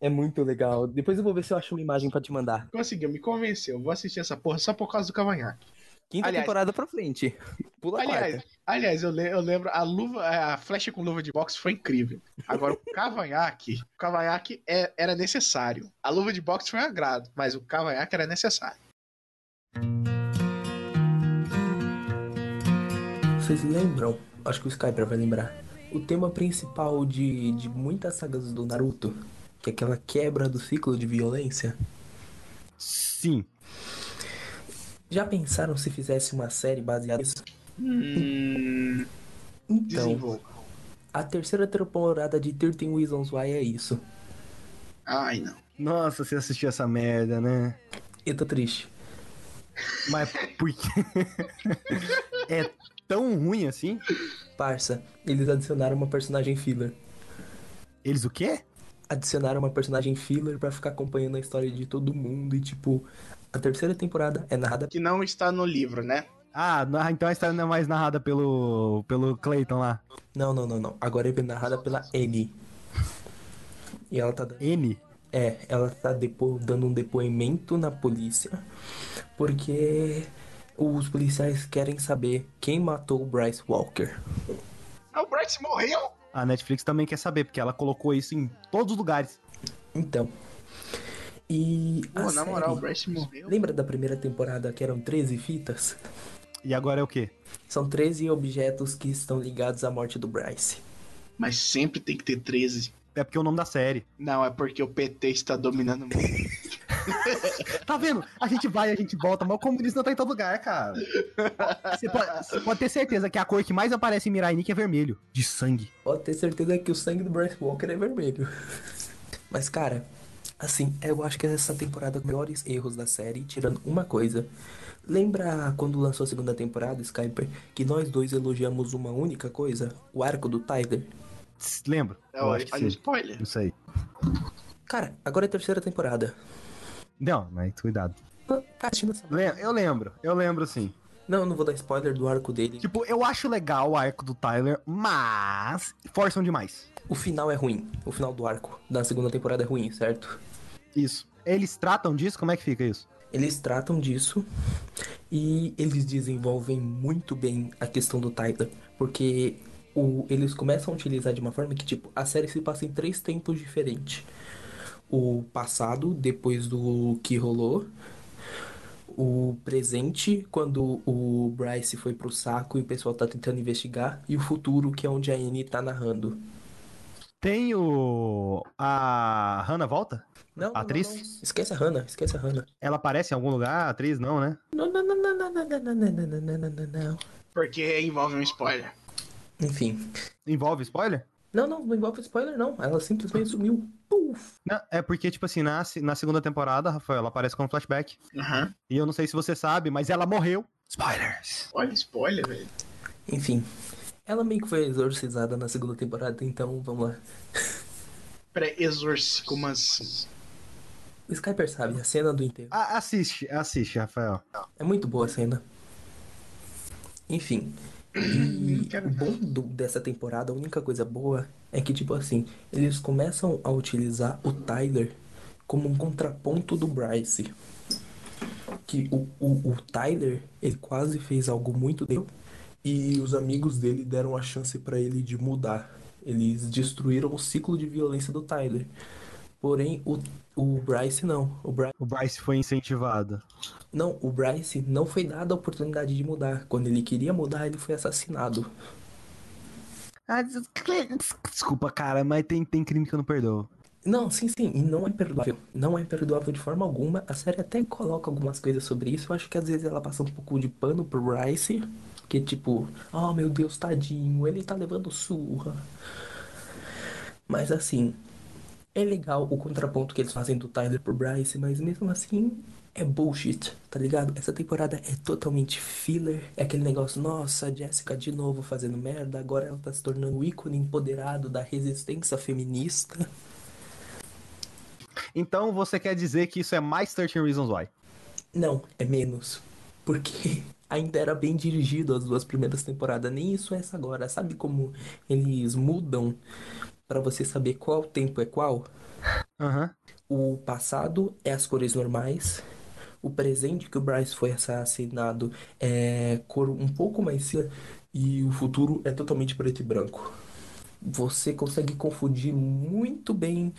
Speaker 3: É muito legal. Depois eu vou ver se eu acho uma imagem pra te mandar.
Speaker 1: Conseguiu, me convenceu. Vou assistir essa porra só por causa do cavanhaque.
Speaker 3: Quinta
Speaker 1: Aliás-
Speaker 3: temporada pra frente. Pula a quarta.
Speaker 1: Aliás, aliás eu, le- eu lembro, a luva, é, a flecha com luva de boxe foi incrível. Agora, o cavanhaque, o cavanhaque é- era necessário. A luva de boxe foi um agrado, mas o cavanhaque era necessário.
Speaker 3: vocês lembram, acho que o Skyper vai lembrar, o tema principal de, de muitas sagas do Naruto, que é aquela quebra do ciclo de violência.
Speaker 2: Sim.
Speaker 3: Já pensaram se fizesse uma série baseada nisso?
Speaker 1: Hum,
Speaker 3: Então,
Speaker 1: desenvolva.
Speaker 3: a terceira temporada de 13 Reasons Why é isso.
Speaker 1: Ai, não.
Speaker 2: Nossa, você assistiu essa merda, né?
Speaker 3: Eu tô triste.
Speaker 2: Mas por quê? é tão ruim assim?
Speaker 3: Parça, eles adicionaram uma personagem filler.
Speaker 2: Eles o quê?
Speaker 3: Adicionaram uma personagem filler pra ficar acompanhando a história de todo mundo e, tipo, a terceira temporada é narrada
Speaker 1: Que não está no livro, né?
Speaker 2: Ah, na- então a história não é mais narrada pelo, pelo Clayton lá.
Speaker 3: Não, não, não, não. Agora é narrada pela Annie. E ela tá dando...
Speaker 2: N.
Speaker 3: É, ela tá depo... dando um depoimento na polícia. Porque os policiais querem saber quem matou o Bryce Walker.
Speaker 1: Ah, o Bryce morreu?
Speaker 2: A Netflix também quer saber, porque ela colocou isso em todos os lugares.
Speaker 3: Então. E. a
Speaker 1: Pô, na moral, o
Speaker 3: série-
Speaker 1: Bryce morreu.
Speaker 3: Lembra da primeira temporada que eram 13 fitas?
Speaker 2: E agora é o quê?
Speaker 3: São 13 objetos que estão ligados à morte do Bryce.
Speaker 1: Mas sempre tem que ter 13.
Speaker 2: É porque é o nome da série.
Speaker 1: Não, é porque o PT está dominando muito.
Speaker 2: Tá vendo? A gente vai, a gente volta, mas o comunismo não tá em todo lugar, cara. Você pode, você pode ter certeza que a cor que mais aparece em Mirai Nikki é vermelho. De sangue.
Speaker 3: Pode ter certeza que o sangue do Bryce Walker é vermelho. Mas, cara, assim, eu acho que essa temporada é os maiores erros da série, tirando uma coisa. Lembra quando lançou a segunda temporada, Skyper, que nós dois elogiamos uma única coisa? O arco do Tiger?
Speaker 2: Tss, Lembro.
Speaker 1: É,
Speaker 2: eu
Speaker 1: ó,
Speaker 2: acho que
Speaker 1: olha o
Speaker 2: sim.
Speaker 1: spoiler.
Speaker 2: Não sei.
Speaker 3: Cara, agora é a terceira temporada.
Speaker 2: Não, mas cuidado.
Speaker 3: Tá assistindo essa-
Speaker 2: Lem- Eu lembro, eu lembro sim.
Speaker 3: Não, eu não vou dar spoiler do arco dele.
Speaker 2: Tipo, eu acho legal o arco do Tyler, mas forçam demais.
Speaker 3: O final é ruim. O final do arco da segunda temporada é ruim, certo?
Speaker 2: Isso. Eles tratam disso? Como é que fica isso?
Speaker 3: Eles tratam disso e eles desenvolvem muito bem a questão do Titan, porque o- eles começam a utilizar de uma forma que, tipo, a série se passa em três tempos diferentes. O passado, depois do que rolou. O presente, quando o Bryce foi pro saco e o pessoal tá tentando investigar. E o futuro, que é onde a Annie tá narrando.
Speaker 2: Tem o. A Hannah volta?
Speaker 3: Não, não, não,
Speaker 2: Atriz?
Speaker 3: não. Esquece a Hannah, esquece a Hannah.
Speaker 2: Ela aparece em algum lugar? A atriz não, né?
Speaker 3: Não, não, não, não, não, não, não, não, não, não, não, não, não.
Speaker 1: Porque envolve um spoiler.
Speaker 3: Enfim.
Speaker 2: Envolve spoiler?
Speaker 3: Não, não, não envolve spoiler, não. Ela simplesmente sumiu. Puf!
Speaker 2: Não, é porque, tipo assim, na, se- na segunda temporada, Rafael, ela aparece com um flashback.
Speaker 1: Aham.
Speaker 2: E eu não sei se você sabe, mas ela morreu. Spoilers!
Speaker 1: Olha, spoiler, velho.
Speaker 3: Enfim. Ela meio que foi exorcizada na segunda temporada, então vamos lá.
Speaker 1: Pré-exorcismo, como assim?
Speaker 3: O Skyper sabe, a cena do enterro.
Speaker 2: A- assiste, assiste, Rafael.
Speaker 3: É muito boa a cena. Enfim. E
Speaker 1: quero
Speaker 3: o bom do- dessa temporada, a única coisa boa é que, tipo assim, eles começam a utilizar o Tyler como um contraponto do Bryce. Que o, o, o Tyler, ele quase fez algo muito dele e os amigos dele deram a chance pra ele de mudar. Eles destruíram o ciclo de violência do Tyler. Porém, o, o Bryce não. O Bryce
Speaker 2: O Bryce foi incentivado.
Speaker 3: não, o Bryce não foi dado a oportunidade de mudar. Quando ele queria mudar, ele foi assassinado.
Speaker 2: Ah, des- Desculpa, cara, mas tem, tem crime que eu não perdoo.
Speaker 3: Não, sim, sim, e não é perdoável. Não é perdoável de forma alguma. A série até coloca algumas coisas sobre isso. Eu acho que às vezes ela passa um pouco de pano pro Bryce. Que tipo, oh meu Deus, tadinho, ele tá levando surra. Mas assim, é legal o contraponto que eles fazem do Tyler pro Bryce, mas mesmo assim é bullshit, tá ligado? Essa temporada é totalmente filler. É aquele negócio, nossa, Jessica de novo fazendo merda, agora ela tá se tornando o ícone empoderado da resistência feminista.
Speaker 2: Então você quer dizer que isso é mais 13 Reasons Why?
Speaker 3: Não, é menos. Porque ainda era bem dirigido as duas primeiras temporadas. Nem isso é essa agora. Sabe como eles mudam pra você saber qual tempo é qual?
Speaker 2: Aham.
Speaker 3: O passado é as cores normais. O presente que o Bryce foi assassinado é cor um pouco mais cinza. E o futuro é totalmente preto e branco. Você consegue confundir muito bem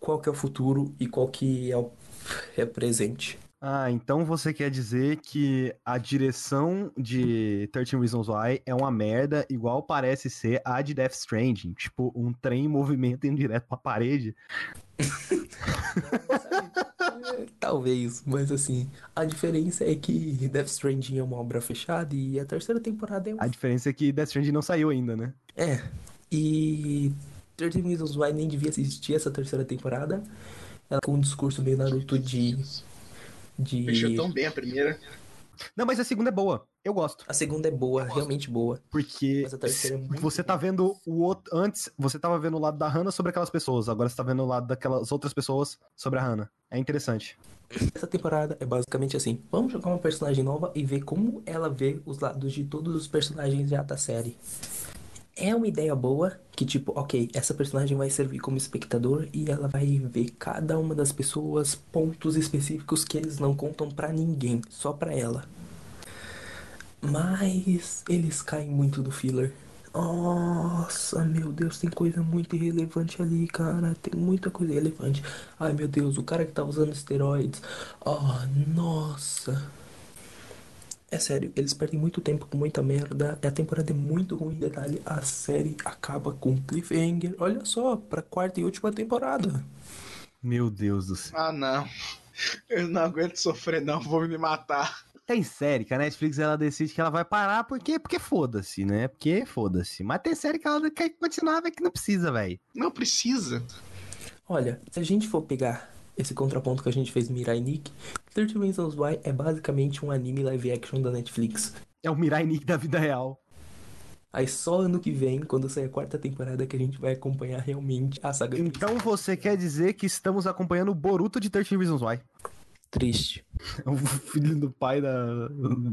Speaker 3: qual que é o futuro e qual que é o é o presente.
Speaker 2: Ah, então você quer dizer que a direção de 13 Reasons Why é uma merda, igual parece ser a de Death Stranding. Tipo, um trem em movimento indo direto pra parede.
Speaker 3: Talvez, mas assim, a diferença é que Death Stranding é uma obra fechada e a terceira temporada é um...
Speaker 2: A diferença é que Death Stranding não saiu ainda, né?
Speaker 3: É, e 13 Reasons Why nem devia existir essa terceira temporada. Ela com um discurso meio Naruto de... de...
Speaker 1: Fechou então? tão bem a primeira.
Speaker 2: Não, mas a segunda é boa. Eu gosto.
Speaker 3: A segunda é boa, realmente boa.
Speaker 2: Porque
Speaker 3: Mas a terceira é muito
Speaker 2: você tá vendo o outro. Antes, você tava vendo o lado da Hannah sobre aquelas pessoas. Agora você tá vendo o lado daquelas outras pessoas sobre a Hannah. É interessante.
Speaker 3: Essa temporada é basicamente assim: vamos jogar uma personagem nova e ver como ela vê os lados de todos os personagens já da série. É uma ideia boa que, tipo, ok, essa personagem vai servir como espectador e ela vai ver cada uma das pessoas pontos específicos que eles não contam pra ninguém, só pra ela. Mas eles caem muito do filler. Nossa, meu Deus, tem coisa muito irrelevante ali, cara. Tem muita coisa irrelevante. Ai, meu Deus, o cara que tá usando esteroides. Oh, nossa. É sério, eles perdem muito tempo com muita merda. A temporada é muito ruim, detalhe. A série acaba com cliffhanger. Olha só, pra quarta e última temporada.
Speaker 2: Meu Deus do céu.
Speaker 1: Ah, não. Eu não aguento sofrer, não. Vou me matar.
Speaker 2: Tem série que a Netflix ela decide que ela vai parar porque, porque foda-se, né? Porque foda-se. Mas tem série que ela quer continuar, velho, que não precisa, velho.
Speaker 1: Não precisa.
Speaker 3: Olha, se a gente for pegar esse contraponto que a gente fez Mirai Nick, 30 Reasons Why é basicamente um anime live action da Netflix.
Speaker 2: É o Mirai Nick da vida real.
Speaker 3: Aí só ano que vem, quando sair a quarta temporada, que a gente vai acompanhar realmente a saga principal.
Speaker 2: Então você quer dizer que estamos acompanhando o Boruto de 13 Reasons Why.
Speaker 3: Triste.
Speaker 2: O filho do pai da,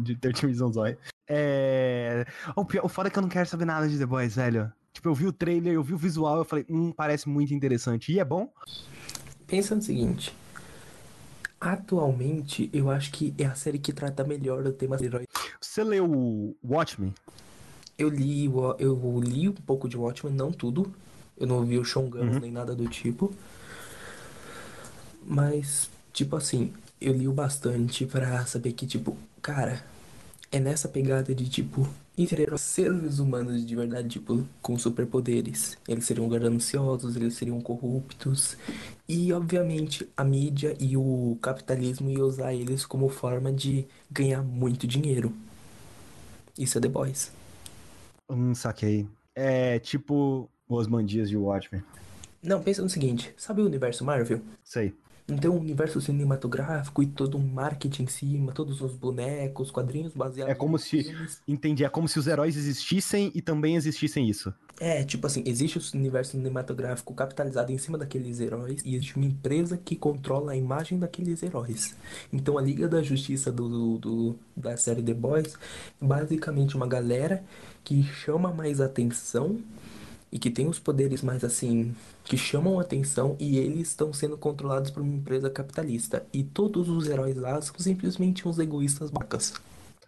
Speaker 2: de 13 Reasons Why. É... O, pior, o foda é que eu não quero saber nada de The Boys, velho. Tipo, eu vi o trailer, eu vi o visual, eu falei, hum, parece muito interessante. E é bom?
Speaker 3: Pensa no seguinte. Atualmente, eu acho que é a série que trata melhor o tema de herói.
Speaker 2: Você leu o Watchmen?
Speaker 3: Eu li, o- eu li um pouco de Watchmen, não tudo. Eu não vi o Shonganos nem nada do tipo. Mas, tipo assim, eu li o bastante pra saber que, tipo, cara, é nessa pegada de, tipo, entre seres humanos de verdade, tipo, com superpoderes. Eles seriam gananciosos, eles seriam corruptos. E, obviamente, a mídia e o capitalismo iam usar eles como forma de ganhar muito dinheiro. Isso é The Boys.
Speaker 2: Hum, saquei. É tipo os mandias de Watchmen.
Speaker 3: Não, pensa no seguinte, sabe o universo Marvel?
Speaker 2: Sei.
Speaker 3: Não tem um universo cinematográfico e todo um marketing em cima, todos os bonecos, quadrinhos baseados
Speaker 2: É como
Speaker 3: nos
Speaker 2: se-
Speaker 3: filmes.
Speaker 2: Entendi, é como se os heróis existissem e também existissem isso.
Speaker 3: É, tipo assim, existe o universo cinematográfico capitalizado em cima daqueles heróis e existe uma empresa que controla a imagem daqueles heróis. Então a Liga da Justiça do, do- da série The Boys é basicamente uma galera que chama mais atenção e que tem os poderes mais assim, que chamam atenção e eles estão sendo controlados por uma empresa capitalista. E todos os heróis lá são simplesmente uns egoístas bacas.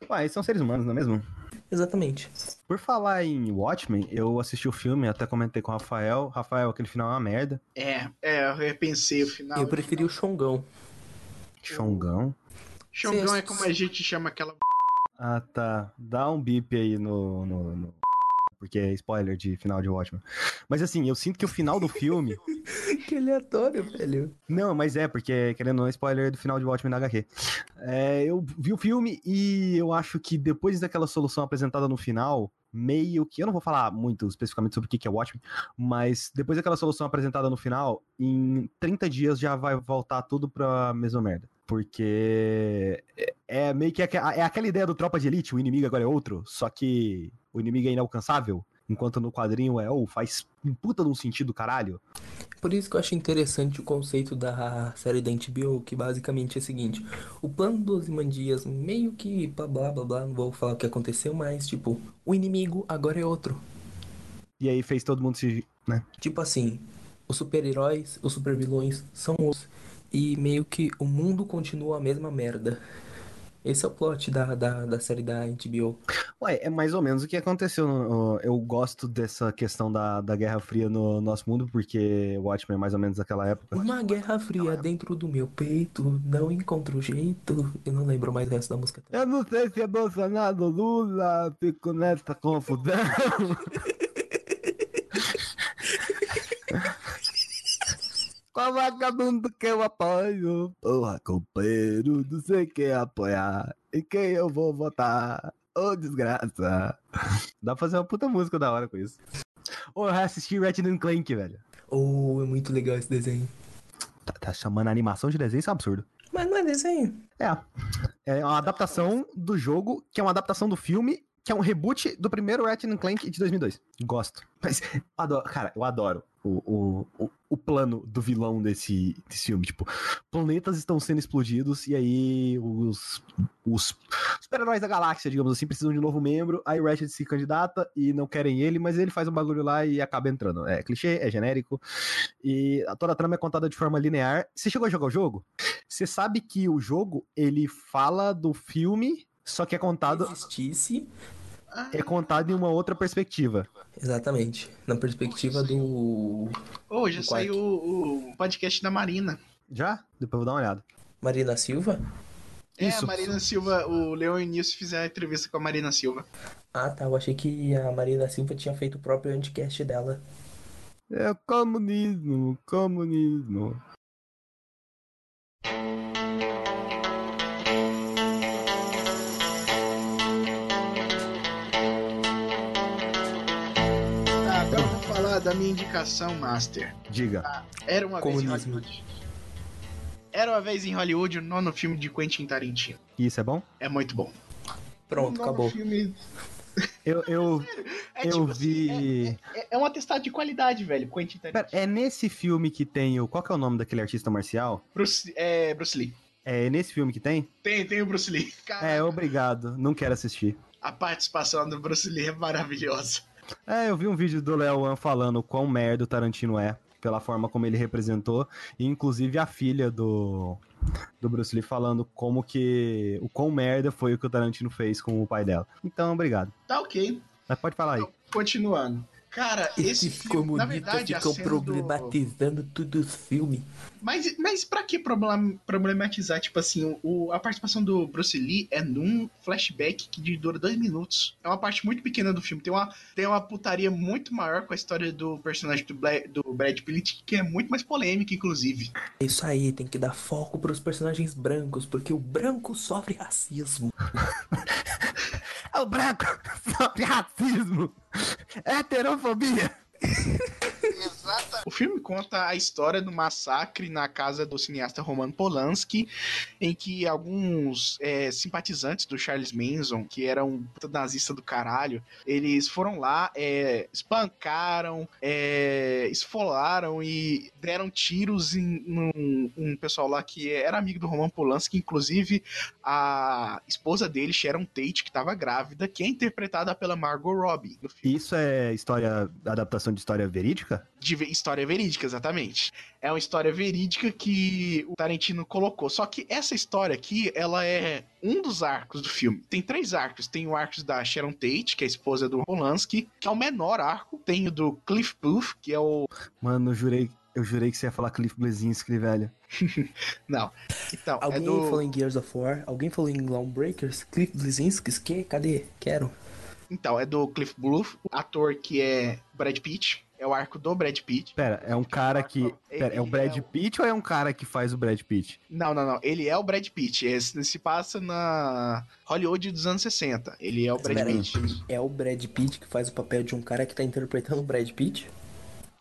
Speaker 2: Ué, eles são seres humanos, não é mesmo?
Speaker 3: Exatamente.
Speaker 2: Por falar em Watchmen, eu assisti o filme, até comentei com o Rafael. Rafael, aquele final é uma merda.
Speaker 1: É, é, eu repensei o final.
Speaker 3: Eu preferi o Xongão.
Speaker 2: Xongão.
Speaker 1: Xongão
Speaker 3: Cê-
Speaker 1: é como a gente chama aquela.
Speaker 2: Ah, tá. Dá um bip aí no, no, no- Porque é spoiler de final de Watchmen. Mas assim, eu sinto que o final do filme.
Speaker 3: Que aleatório, velho.
Speaker 2: Não, mas é, porque querendo ou não, é spoiler do final de Watchmen na HQ. É, eu vi o filme e eu acho que depois daquela solução apresentada no final, meio que. Eu não vou falar muito especificamente sobre o que que é Watchmen, mas depois daquela solução apresentada no final, em 30 dias já vai voltar tudo pra mesma merda. Porque é- é meio que aqua- é aquela ideia do Tropa de Elite, o inimigo agora é outro, só que o inimigo é inalcançável, enquanto no quadrinho é, ou faz um puta de um sentido, caralho.
Speaker 3: Por isso que eu acho interessante o conceito da série da HBO, que basicamente é o seguinte: o plano dos Imandias, meio que blá blá blá blá, não vou falar o que aconteceu, mas tipo, o inimigo agora é outro.
Speaker 2: E aí fez todo mundo se. né?
Speaker 3: Tipo assim, os super-heróis, os super-vilões são os. E meio que o mundo continua a mesma merda. Esse é o plot da, da, da série da HBO.
Speaker 2: Ué, é mais ou menos o que aconteceu. no- eu gosto dessa questão da, da Guerra Fria no nosso mundo, porque Watchmen é mais ou menos daquela época.
Speaker 3: Uma guerra fria dentro do meu peito, não encontro jeito. Eu não lembro mais o resto da música.
Speaker 2: Eu não sei se é Bolsonaro, Lula, fico nessa confusão. Qual vagabundo que eu apoio? Porra, companheiro, não sei quem apoiar. E quem eu vou votar? Ô, desgraça. Dá pra fazer uma puta música da hora com isso. Ô, eu assisti Ratchet and Clank, velho.
Speaker 3: Oh, é muito legal esse desenho.
Speaker 2: Tá, tá chamando a animação de desenho, isso é um absurdo.
Speaker 3: Mas não é desenho.
Speaker 2: É. É uma adaptação do jogo, que é uma adaptação do filme, que é um reboot do primeiro Ratchet and Clank de 2002. Gosto. Mas, adoro- cara, eu adoro o, o, o, o plano do vilão desse, desse filme. Tipo, planetas estão sendo explodidos e aí os, os super-heróis da galáxia, digamos assim, precisam de um novo membro. Aí o Ratchet se candidata e não querem ele, mas ele faz um bagulho lá e acaba entrando. É clichê, é genérico. E a- toda a trama é contada de forma linear. Você chegou a jogar o jogo? Você sabe que o jogo, ele fala do filme, só que é contado,
Speaker 3: Existisse.
Speaker 1: Ah,
Speaker 2: é contado em uma outra perspectiva.
Speaker 3: Exatamente. Na perspectiva
Speaker 1: assim?
Speaker 3: do.
Speaker 1: Hoje
Speaker 3: Do
Speaker 1: saiu o, o podcast da Marina.
Speaker 2: Já? Depois eu vou dar uma olhada.
Speaker 3: Marina Silva?
Speaker 1: É,
Speaker 2: Isso.
Speaker 1: a Marina Silva, o Leon e o Nilson fizeram a entrevista com a Marina Silva.
Speaker 3: Ah, tá. Eu achei que a Marina Silva tinha feito o próprio anticast dela.
Speaker 2: É comunismo, comunismo.
Speaker 1: Ah, agora eu vou falar da minha indicação, Master.
Speaker 2: Diga.
Speaker 1: Era uma vez em
Speaker 3: Comunismo.
Speaker 1: Hollywood. Era uma vez em Hollywood, o nono filme de Quentin Tarantino.
Speaker 2: Isso é bom?
Speaker 1: É muito bom.
Speaker 3: Pronto,
Speaker 1: O nono
Speaker 3: acabou.
Speaker 1: filme
Speaker 2: Eu, eu,
Speaker 1: é,
Speaker 2: eu
Speaker 1: tipo assim,
Speaker 2: vi...
Speaker 1: é, é um atestado de qualidade, velho. Quentin
Speaker 2: Pera,
Speaker 1: Tarantino.
Speaker 2: é nesse filme que tem o... Qual que é o nome daquele artista marcial?
Speaker 1: Bruce, é, Bruce Lee.
Speaker 2: É nesse filme que tem?
Speaker 1: Tem, tem o Bruce Lee.
Speaker 2: É,
Speaker 1: Cara,
Speaker 2: obrigado. Não quero assistir.
Speaker 1: a participação do Bruce Lee é maravilhosa.
Speaker 2: É, eu vi um vídeo do Léo Wan falando quão merda o Tarantino é, pela forma como ele representou, e inclusive a filha do, do Bruce Lee falando como que. o quão merda foi o que o Tarantino fez com o pai dela. Então, obrigado.
Speaker 1: Tá ok.
Speaker 2: Mas pode falar aí.
Speaker 1: Continuando. Cara, esse,
Speaker 3: Esses
Speaker 1: filme, na
Speaker 3: comunistas
Speaker 1: verdade, a
Speaker 3: ficam
Speaker 1: cena do-
Speaker 3: problematizando tudo os filmes.
Speaker 1: Mas, mas pra que problem- problematizar? Tipo assim, o, a participação do Bruce Lee é num flashback que dura dois minutos. É uma parte muito pequena do filme. Tem uma, tem uma putaria muito maior com a história do personagem do, Bla- do Brad Pitt, que é muito mais polêmica, inclusive.
Speaker 3: É Isso aí, tem que dar foco pros personagens brancos, porque o branco sofre racismo.
Speaker 2: É o branco sobre racismo, heterofobia.
Speaker 1: O filme conta a história do massacre na casa do cineasta Roman Polanski, em que alguns é, simpatizantes do Charles Manson, que era um puta nazista do caralho, eles foram lá, é, espancaram, é, esfolaram e deram tiros em num, um pessoal lá que era amigo do Roman Polanski, inclusive a esposa dele, Sharon Tate, que estava grávida, que é interpretada pela Margot Robbie no filme
Speaker 2: Isso é história. adaptação de história verídica?
Speaker 1: de ve- história verídica, exatamente. É uma história verídica que o Tarantino colocou. Só que essa história aqui, ela é um dos arcos do filme. Tem três arcos. Tem o arco da Sharon Tate, que é a esposa do Polanski, que é o menor arco. Tem o do Cliff Booth, que é o...
Speaker 2: Mano, eu jurei, eu jurei que você ia falar Cliff Blazinski, velho.
Speaker 1: Então,
Speaker 3: Alguém
Speaker 1: é do...
Speaker 3: falou em Gears of War? Alguém falou em Groundbreakers? Cliff Blazinskis? Que? Cadê? Quero.
Speaker 1: Então, é do Cliff Booth, o ator que é Brad Pitt. É o arco do Brad Pitt.
Speaker 2: Pera, é um cara que. Pera, é o
Speaker 1: Ele
Speaker 2: Brad Pitt ou é um cara que faz o Brad Pitt?
Speaker 1: Não, não, não. Ele é o Brad Pitt. Esse se passa na Hollywood dos anos 60. Ele é o Brad
Speaker 3: Espera aí.
Speaker 1: Pitt.
Speaker 3: É o Brad Pitt que faz o papel de um cara que tá interpretando o Brad Pitt?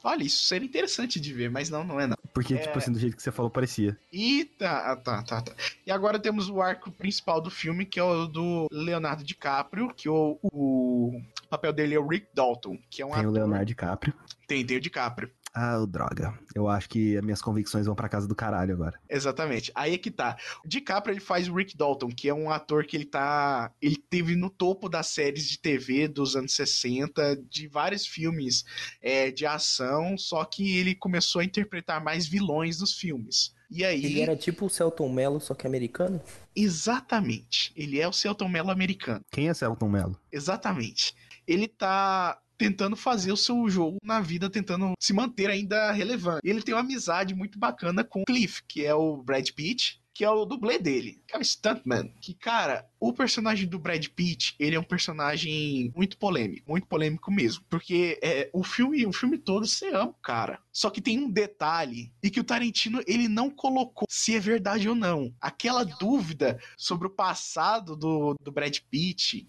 Speaker 1: Olha, isso seria interessante de ver, mas não, não é não.
Speaker 2: Porque,
Speaker 1: É.
Speaker 2: tipo assim, do jeito que você falou, parecia.
Speaker 1: E tá, ah, tá, tá, tá. E agora temos o arco principal do filme, que é o do Leonardo DiCaprio, que o, o papel dele é o Rick Dalton, que é um
Speaker 2: Tem o
Speaker 1: ator-
Speaker 2: Leonardo DiCaprio.
Speaker 1: Tem, tem o DiCaprio.
Speaker 2: Ah, ô, droga. Eu acho que as minhas convicções vão pra casa do caralho agora.
Speaker 1: Exatamente. Aí é que tá. O DiCaprio ele faz o Rick Dalton, que é um ator que ele tá. Ele teve no topo das séries de TV dos anos 60, de vários filmes é, de ação, só que ele começou a interpretar mais vilões dos filmes. E aí.
Speaker 4: Ele era tipo o Celton Mello, só que americano?
Speaker 1: Exatamente. Ele é o Celton Mello americano.
Speaker 2: Quem é Celton Mello?
Speaker 1: Exatamente. Ele tá tentando fazer o seu jogo na vida, tentando se manter ainda relevante. Ele tem uma amizade muito bacana com o Cliff, que é o Brad Pitt, que é o dublê dele, que é o Stuntman. Que, cara, o personagem do Brad Pitt, ele é um personagem muito polêmico, muito polêmico mesmo. Porque é, o filme, o filme todo você ama, o cara. Só que tem um detalhe, e que o Tarantino, ele não colocou se é verdade ou não. Aquela dúvida sobre o passado do, do Brad Pitt.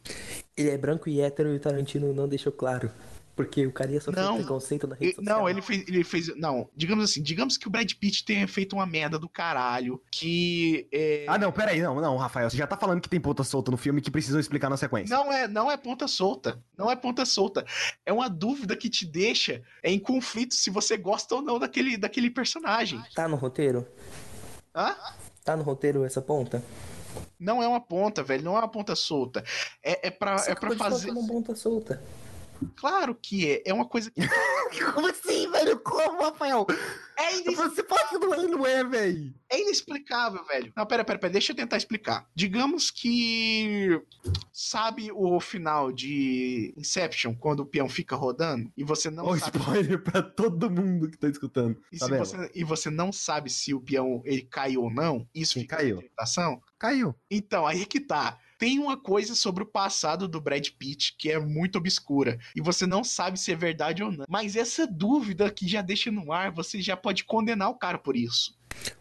Speaker 4: Ele é branco e hétero e o Tarantino não deixou claro. Porque o cara ia sofrer
Speaker 1: Não.
Speaker 4: preconceito na
Speaker 1: E-
Speaker 4: rede social.
Speaker 1: não, ele fez, ele fez. Não, digamos assim, digamos que o Brad Pitt tenha feito uma merda do caralho. Que. é,
Speaker 2: Ah, não, peraí, não, não, Rafael, você já tá falando que tem ponta solta no filme que precisam explicar na sequência.
Speaker 1: Não é, não é ponta solta. Não é ponta solta. É uma dúvida que te deixa em conflito se você gosta ou não daquele, daquele personagem.
Speaker 4: Tá no roteiro?
Speaker 1: Hã?
Speaker 4: Tá no roteiro essa ponta?
Speaker 1: Não é uma ponta, velho. Não é uma ponta solta. É, é pra,
Speaker 4: Você
Speaker 1: é
Speaker 4: acabou
Speaker 1: pra
Speaker 4: de falar que
Speaker 1: fazer.
Speaker 4: é uma ponta solta.
Speaker 1: Claro que é. É uma coisa que.
Speaker 2: Como assim, velho? Como, Rafael?
Speaker 1: É, ines-
Speaker 2: Você pode que não é, não é, velho.
Speaker 1: é inexplicável, velho. Não, pera, pera, pera. Deixa eu tentar explicar. Digamos que. Sabe o final de Inception, quando o peão fica rodando e você não
Speaker 2: Ó,
Speaker 1: sabe.
Speaker 2: spoiler pra todo mundo que tá escutando.
Speaker 1: um E,
Speaker 2: Tá
Speaker 1: se
Speaker 2: vendo?
Speaker 1: você, e você não sabe se o peão ele caiu ou não, isso
Speaker 2: Sim,
Speaker 1: fica
Speaker 2: caiu.
Speaker 1: na interpretação.
Speaker 2: Caiu.
Speaker 1: Então, aí é que tá. Tem uma coisa sobre o passado do Brad Pitt que é muito obscura. E você não sabe se é verdade ou não. Mas essa dúvida que já deixa no ar, você já pode condenar o cara por isso.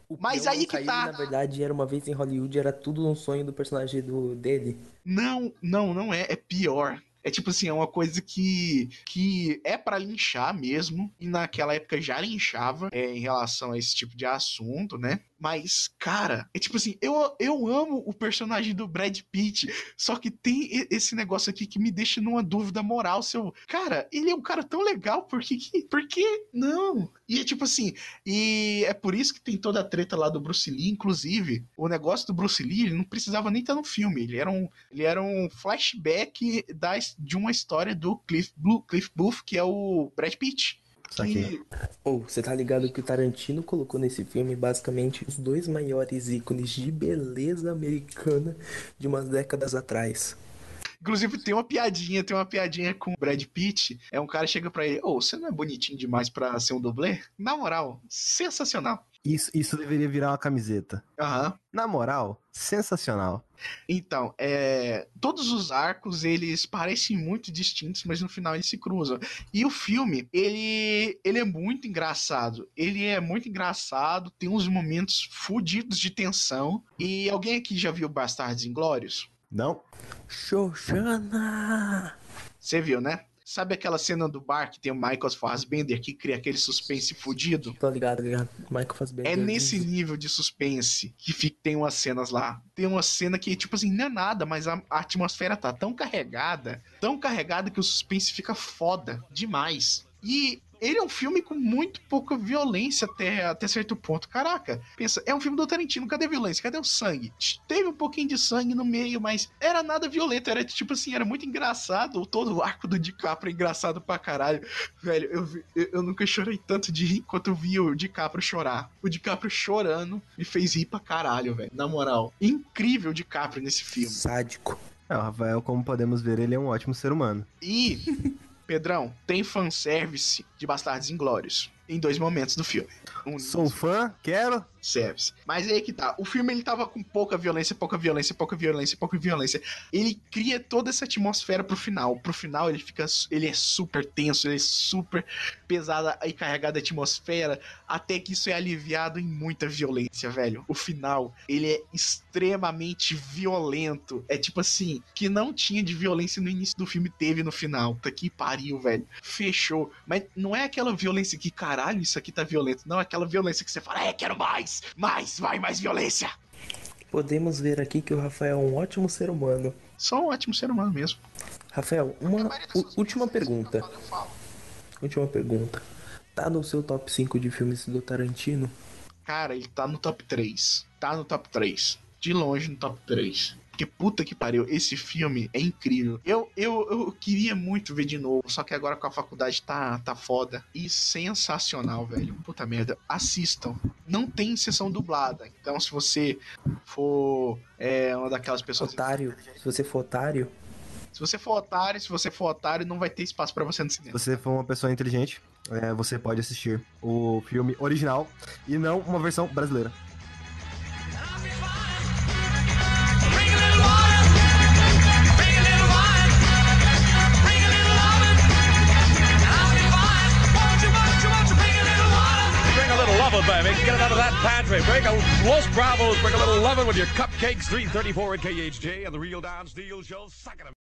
Speaker 4: O
Speaker 1: Mas
Speaker 4: peão
Speaker 1: aí
Speaker 4: não
Speaker 1: que
Speaker 4: caiu,
Speaker 1: tá.
Speaker 4: Na verdade, era uma vez em Hollywood, era tudo um sonho do personagem do, dele.
Speaker 1: Não, não, não é. É pior. É tipo assim, é uma coisa que, que é pra linchar mesmo. E naquela época já linchava é, em relação a esse tipo de assunto, né? Mas, cara, é tipo assim, eu, eu amo o personagem do Brad Pitt, só que tem e- esse negócio aqui que me deixa numa dúvida moral. Se eu, cara, ele é um cara tão legal, por que, que, por que não? E é tipo assim, e é por isso que tem toda a treta lá do Bruce Lee, inclusive, o negócio do Bruce Lee, ele não precisava nem estar no filme, ele era um ele era um flashback da, de uma história do Cliff, Blue, Cliff Booth, que é o Brad Pitt.
Speaker 2: Saquei.
Speaker 1: Que-
Speaker 4: Ou, você tá ligado que o Tarantino colocou nesse filme basicamente os dois maiores ícones de beleza americana de umas décadas atrás.
Speaker 1: inclusive, tem uma piadinha, tem uma piadinha com o Brad Pitt. É um cara que chega pra ele, ô, você não é bonitinho demais pra ser um dublê? Na moral, sensacional.
Speaker 2: Isso, isso deveria virar uma camiseta.
Speaker 1: Aham.
Speaker 2: Na moral, sensacional.
Speaker 1: Então, é, todos os arcos eles parecem muito distintos, mas no final eles se cruzam. E o filme, ele, ele é muito engraçado. Ele é muito engraçado, tem uns momentos fudidos de tensão. E alguém aqui já viu Bastardos Inglórios?
Speaker 2: Não?
Speaker 4: Xoxana!
Speaker 1: Você viu, né? Sabe aquela cena do bar que tem o Michael Fassbender que cria aquele suspense fudido?
Speaker 4: Tô ligado, ligado. Michael Fassbender.
Speaker 3: né?
Speaker 4: um
Speaker 1: É nesse nível de suspense que fica- tem umas cenas lá. Tem uma cena que, tipo assim, não é nada, mas a, a atmosfera tá tão carregada, tão carregada que o suspense fica foda demais. E ele é um filme com muito pouca violência até, até certo ponto. Caraca, pensa, é um filme do Tarantino, cadê a violência? Cadê o sangue? Teve um pouquinho de sangue no meio, mas era nada violento, era tipo assim, era muito engraçado. Todo o arco do DiCaprio é engraçado pra caralho. Velho, eu, vi- eu, eu nunca chorei tanto de rir quanto eu vi o DiCaprio chorar. O DiCaprio chorando me fez rir pra caralho, velho. Na moral, incrível o DiCaprio nesse filme.
Speaker 4: Sádico.
Speaker 2: É, o Rafael, como podemos ver, ele é um ótimo ser humano.
Speaker 1: E, Pedrão, tem fanservice de Bastardos Inglórios em dois momentos do filme. Um
Speaker 2: Sou fã, quero.
Speaker 1: service. Mas aí que tá. O filme ele tava com pouca violência, pouca violência, pouca violência, pouca violência. Ele cria toda essa atmosfera pro final. Pro final ele fica, ele é super tenso, ele é super pesado e carregado de atmosfera, até que isso é aliviado em muita violência, velho. O final, ele é extremamente violento. É tipo assim, que não tinha de violência no início do filme, teve no final. Tá que pariu, velho. Fechou. Mas não é aquela violência que, caralho, isso aqui tá violento. Não, é aquela violência que você fala, é, quero mais, mais, vai, mais violência.
Speaker 4: Podemos ver aqui que o Rafael é um ótimo ser humano.
Speaker 1: Só um ótimo ser humano mesmo.
Speaker 4: Rafael, uma u- última pergunta. Última pergunta. Tá no seu top 5 de filmes do Tarantino?
Speaker 1: Cara, ele tá no top 3. Tá no top 3. de longe no top 3. Porque puta que pariu, esse filme é incrível. Eu, eu, eu queria muito ver de novo, só que agora com a faculdade tá, tá foda. E sensacional, velho. Puta merda. Assistam. Não tem sessão dublada. Então, se você for é, uma daquelas pessoas.
Speaker 4: Otário. Se você for otário,
Speaker 1: Se você for otário, se você for otário, não vai ter espaço pra você no
Speaker 2: Se
Speaker 1: cinema.
Speaker 2: você for uma pessoa inteligente, é, você pode assistir o filme original e não uma versão brasileira.
Speaker 5: Bring a little lovin', baby. Get it out of that pantry. Bring a Los Bravos. Bring a little lovin' with your cupcakes. 334 at KHJ and the Real Don Steel Show. Suck it up.